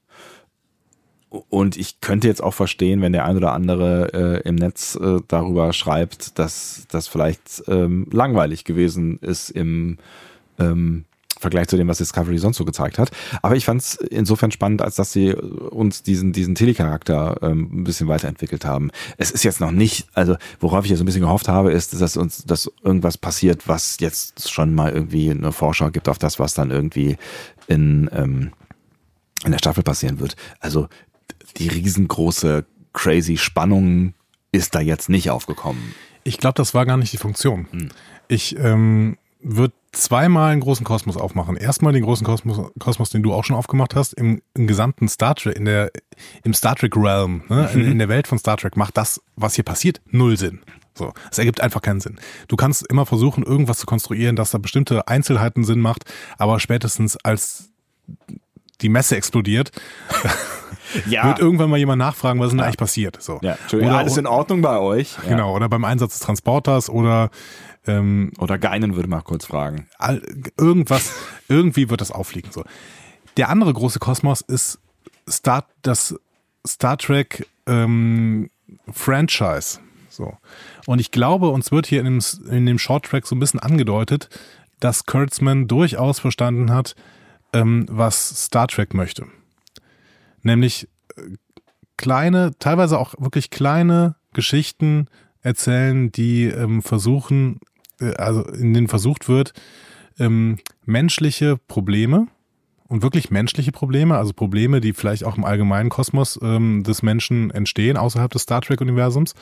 [SPEAKER 1] Und ich könnte jetzt auch verstehen, wenn der ein oder andere äh, im Netz äh, darüber schreibt, dass das vielleicht ähm, langweilig gewesen ist im ähm, Vergleich zu dem, was Discovery sonst so gezeigt hat. Aber ich fand es insofern spannend, als dass sie uns diesen, diesen Telecharakter ähm, ein bisschen weiterentwickelt haben. Es ist jetzt noch nicht, also worauf ich jetzt ein bisschen gehofft habe, ist, dass uns dass irgendwas passiert, was jetzt schon mal irgendwie eine Vorschau gibt auf das, was dann irgendwie in, ähm, in der Staffel passieren wird. Also die riesengroße, crazy Spannung ist da jetzt nicht aufgekommen.
[SPEAKER 2] Ich glaube, das war gar nicht die Funktion.
[SPEAKER 1] Hm.
[SPEAKER 2] Ich ähm, würde zweimal einen großen Kosmos aufmachen. Erstmal den großen Kosmos, Kosmos den du auch schon aufgemacht hast, im, im gesamten Star Trek, in der, im Star Trek Realm, ne? in,
[SPEAKER 1] Mhm.
[SPEAKER 2] in der Welt von Star Trek, macht das, was hier passiert, null Sinn. So, es ergibt einfach keinen Sinn. Du kannst immer versuchen, irgendwas zu konstruieren, dass da bestimmte Einzelheiten Sinn macht, aber spätestens als die Messe explodiert, wird irgendwann mal jemand nachfragen, was ist denn eigentlich passiert. So.
[SPEAKER 1] Ah. ja. Entschuldigung,
[SPEAKER 2] Oder-
[SPEAKER 1] alles in Ordnung bei euch? Ja.
[SPEAKER 2] Genau, oder beim Einsatz des Transporters oder ähm,
[SPEAKER 1] Oder Geinen würde mal kurz fragen.
[SPEAKER 2] all, irgendwas, irgendwie wird das auffliegen. So. Der andere große Kosmos ist Star, das Star Trek ähm, Franchise. So. Und ich glaube, uns wird hier in dem, in dem Short Track so ein bisschen angedeutet, dass Kurtzman durchaus verstanden hat, ähm, was Star Trek möchte. Nämlich äh, kleine, teilweise auch wirklich kleine Geschichten erzählen, die ähm, versuchen, äh, also in denen versucht wird, ähm, menschliche Probleme und wirklich menschliche Probleme, also Probleme, die vielleicht auch im allgemeinen Kosmos ähm, des Menschen entstehen, außerhalb des Star Trek-Universums,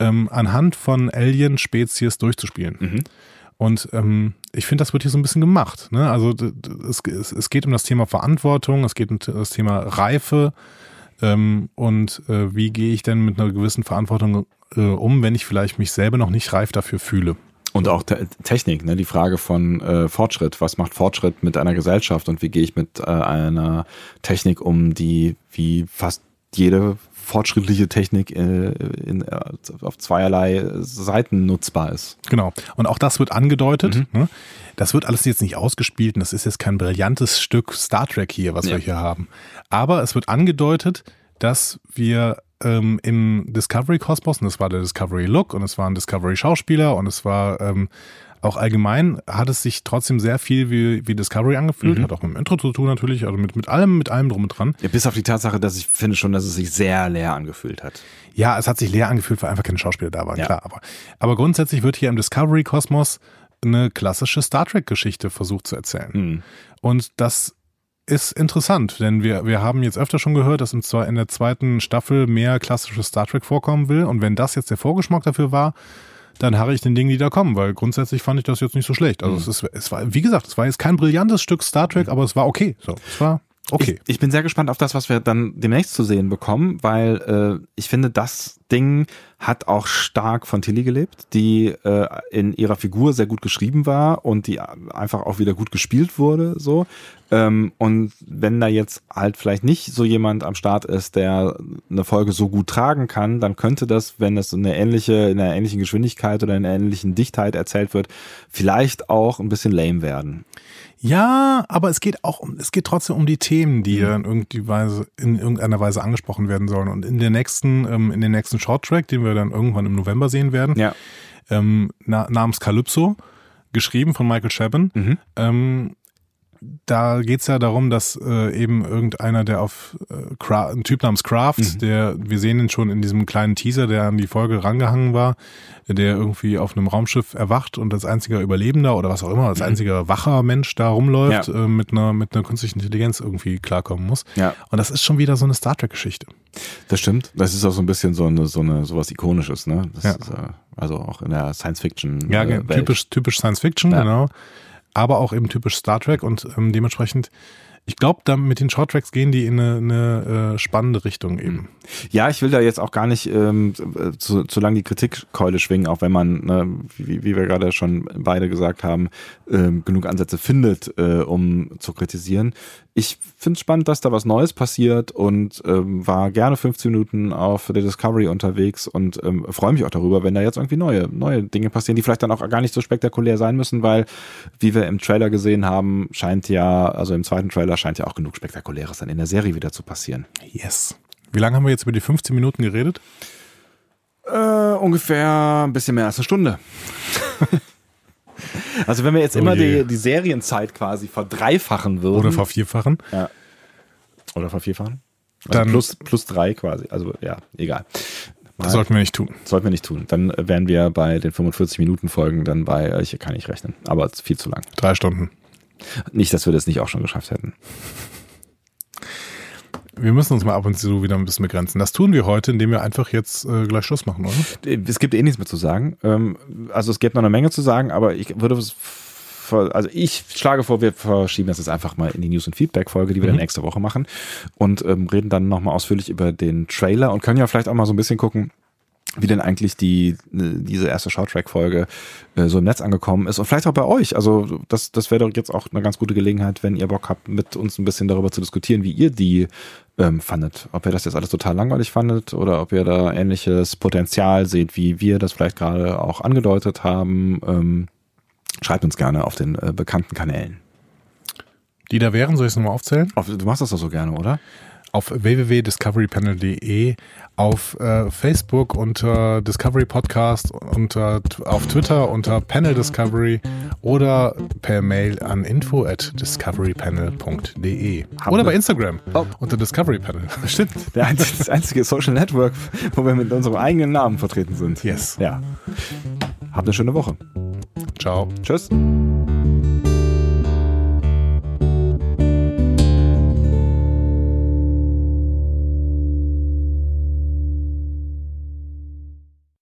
[SPEAKER 2] ähm, anhand von Alien-Spezies durchzuspielen. Und ähm, ich finde, das wird hier so ein bisschen gemacht. Ne? Also d- d- es, es, es geht um das Thema Verantwortung, es geht um t- das Thema Reife ähm, und äh, wie gehe ich denn mit einer gewissen Verantwortung äh, um, wenn ich vielleicht mich selber noch nicht reif dafür fühle.
[SPEAKER 1] Und auch Te Technik, ne? die Frage von äh, Fortschritt. Was macht Fortschritt mit einer Gesellschaft und wie gehe ich mit äh, einer Technik um, die wie fast jede fortschrittliche Technik äh, in, äh, auf zweierlei Seiten nutzbar ist?
[SPEAKER 2] Genau. Und auch das wird angedeutet. Ne? Das wird alles jetzt nicht ausgespielt und das ist jetzt kein brillantes Stück Star Trek hier, was wir
[SPEAKER 1] Ja.
[SPEAKER 2] hier haben. Aber es wird angedeutet, dass wir ähm, im Discovery-Kosmos, und es war der Discovery-Look und es waren Discovery-Schauspieler und es war ähm, auch allgemein, hat es sich trotzdem sehr viel wie, wie Discovery angefühlt, hat auch mit dem Intro zu tun natürlich, also mit, mit allem, mit allem drum und dran.
[SPEAKER 1] Ja, bis auf die Tatsache, dass ich finde schon, dass es sich sehr leer angefühlt hat.
[SPEAKER 2] Ja, es hat sich leer angefühlt, weil einfach keine Schauspieler da waren,
[SPEAKER 1] Ja.
[SPEAKER 2] klar. Aber, aber grundsätzlich wird hier im Discovery-Kosmos eine klassische Star Trek-Geschichte versucht zu erzählen.
[SPEAKER 1] Hm.
[SPEAKER 2] Und das ist interessant, denn wir, wir haben jetzt öfter schon gehört, dass im Zwe- in der zweiten Staffel mehr klassisches Star Trek vorkommen will. Und wenn das jetzt der Vorgeschmack dafür war, dann harre ich den Dingen, die da kommen, weil grundsätzlich fand ich das jetzt nicht so schlecht.
[SPEAKER 1] Hm.
[SPEAKER 2] Also es, ist, es war, wie gesagt, es war jetzt kein brillantes Stück Star Trek, aber es war okay. So, es war okay.
[SPEAKER 1] Ich, ich bin sehr gespannt auf das, was wir dann demnächst zu sehen bekommen, weil äh, ich finde, das Ding hat auch stark von Tilly gelebt, die äh, in ihrer Figur sehr gut geschrieben war und die einfach auch wieder gut gespielt wurde. So ähm, und wenn da jetzt halt vielleicht nicht so jemand am Start ist, der eine Folge so gut tragen kann, dann könnte das, wenn es in einer ähnliche, in einer ähnlichen Geschwindigkeit oder in einer ähnlichen Dichtheit erzählt wird, vielleicht auch ein bisschen lame werden.
[SPEAKER 2] Ja, aber es geht auch um, es geht trotzdem um die Themen, die dann irgendwie Weise, in irgendeiner Weise angesprochen werden sollen. Und in der nächsten, ähm, in den nächsten Shorttrack, den wir dann irgendwann im November sehen werden,
[SPEAKER 1] Ja. Mhm.
[SPEAKER 2] ähm, na, namens Calypso, geschrieben von Michael Chabon, ähm, da geht's ja darum, dass äh, eben irgendeiner, der auf äh, Cra ein Typ namens Kraft,
[SPEAKER 1] Mhm.
[SPEAKER 2] der, wir sehen ihn schon in diesem kleinen Teaser, der an die Folge rangehangen war, der irgendwie auf einem Raumschiff erwacht und als einziger Überlebender oder was auch immer, als einziger wacher Mensch da rumläuft, äh, mit einer mit einer künstlichen Intelligenz irgendwie klarkommen muss.
[SPEAKER 1] Ja.
[SPEAKER 2] Und das ist schon wieder so eine Star Trek-Geschichte.
[SPEAKER 1] Das stimmt. Das ist auch so ein bisschen so eine, so eine sowas Ikonisches, ne? Das
[SPEAKER 2] Ja.
[SPEAKER 1] ist, äh, also auch in der Science Fiction.
[SPEAKER 2] Ja,
[SPEAKER 1] äh,
[SPEAKER 2] ge-
[SPEAKER 1] Welt.
[SPEAKER 2] typisch, typisch Science Fiction,
[SPEAKER 1] Ja.
[SPEAKER 2] genau. Aber auch eben typisch Star Trek und ähm, dementsprechend, ich glaube, mit den Short Tracks gehen die in eine, eine äh, spannende Richtung eben.
[SPEAKER 1] Ja, ich will da jetzt auch gar nicht ähm, zu, zu lang die Kritikkeule schwingen, auch wenn man, ne, wie, wie wir gerade schon beide gesagt haben, ähm, genug Ansätze findet, äh, um zu kritisieren. Ich find's spannend, dass da was Neues passiert und ähm, war gerne 15 Minuten auf der Discovery unterwegs und ähm, freue mich auch darüber, wenn da jetzt irgendwie neue, neue Dinge passieren, die vielleicht dann auch gar nicht so spektakulär sein müssen, weil, wie wir im Trailer gesehen haben, scheint ja, also im zweiten Trailer scheint ja auch genug Spektakuläres dann in der Serie wieder zu passieren.
[SPEAKER 2] Yes. Wie lange haben wir jetzt über die 15 Minuten geredet?
[SPEAKER 1] Äh, ungefähr ein bisschen mehr als eine Stunde. also wenn wir jetzt
[SPEAKER 2] Oh
[SPEAKER 1] immer
[SPEAKER 2] je.
[SPEAKER 1] die, die Serienzeit quasi verdreifachen würden.
[SPEAKER 2] Oder vervierfachen?
[SPEAKER 1] oder vervierfachen. Also
[SPEAKER 2] Dann-
[SPEAKER 1] dann plus, plus drei quasi. Also ja, egal.
[SPEAKER 2] Das sollten wir nicht tun.
[SPEAKER 1] Sollten wir nicht tun. Dann äh, wären wir bei den 45-Minuten-Folgen dann bei, äh, ich kann nicht rechnen, aber es ist viel zu lang.
[SPEAKER 2] Drei Stunden.
[SPEAKER 1] Nicht, dass wir das nicht auch schon geschafft hätten.
[SPEAKER 2] Wir müssen uns mal ab und zu wieder ein bisschen begrenzen. Das tun wir heute, indem wir einfach jetzt äh, gleich Schluss machen, oder?
[SPEAKER 1] es gibt eh nichts mehr zu sagen. Ähm, Also es gibt noch eine Menge zu sagen, aber ich würde es ver- also ich schlage vor, wir verschieben das jetzt einfach mal in die News- und Feedback-Folge, die wir dann nächste Woche machen und ähm, reden dann nochmal ausführlich über den Trailer und können ja vielleicht auch mal so ein bisschen gucken, wie denn eigentlich die, äh, diese erste Shorttrack-Folge äh, so im Netz angekommen ist und vielleicht auch bei euch. Also das, das wäre doch jetzt auch eine ganz gute Gelegenheit, wenn ihr Bock habt, mit uns ein bisschen darüber zu diskutieren, wie ihr die ähm, fandet. Ob ihr das jetzt alles total langweilig fandet oder ob ihr da ähnliches Potenzial seht, wie wir das vielleicht gerade auch angedeutet haben. Ähm, schreibt uns gerne auf den äh, bekannten Kanälen.
[SPEAKER 2] Die da wären, soll ich es nochmal aufzählen?
[SPEAKER 1] Auf- Du machst das doch so gerne, oder?
[SPEAKER 2] auf www.discoverypanel.de, auf äh, Facebook unter Discovery Podcast, unter, auf Twitter unter Panel Discovery oder per Mail an info at discoverypanel.de.
[SPEAKER 1] Haben
[SPEAKER 2] Oder
[SPEAKER 1] wir-
[SPEAKER 2] bei Instagram
[SPEAKER 1] Oh.
[SPEAKER 2] unter Discovery Panel. Stimmt.
[SPEAKER 1] Der einzige, das einzige Social Network, wo wir mit unserem eigenen Namen vertreten sind.
[SPEAKER 2] Yes.
[SPEAKER 1] Ja. Habt eine schöne Woche.
[SPEAKER 2] Ciao.
[SPEAKER 1] Tschüss.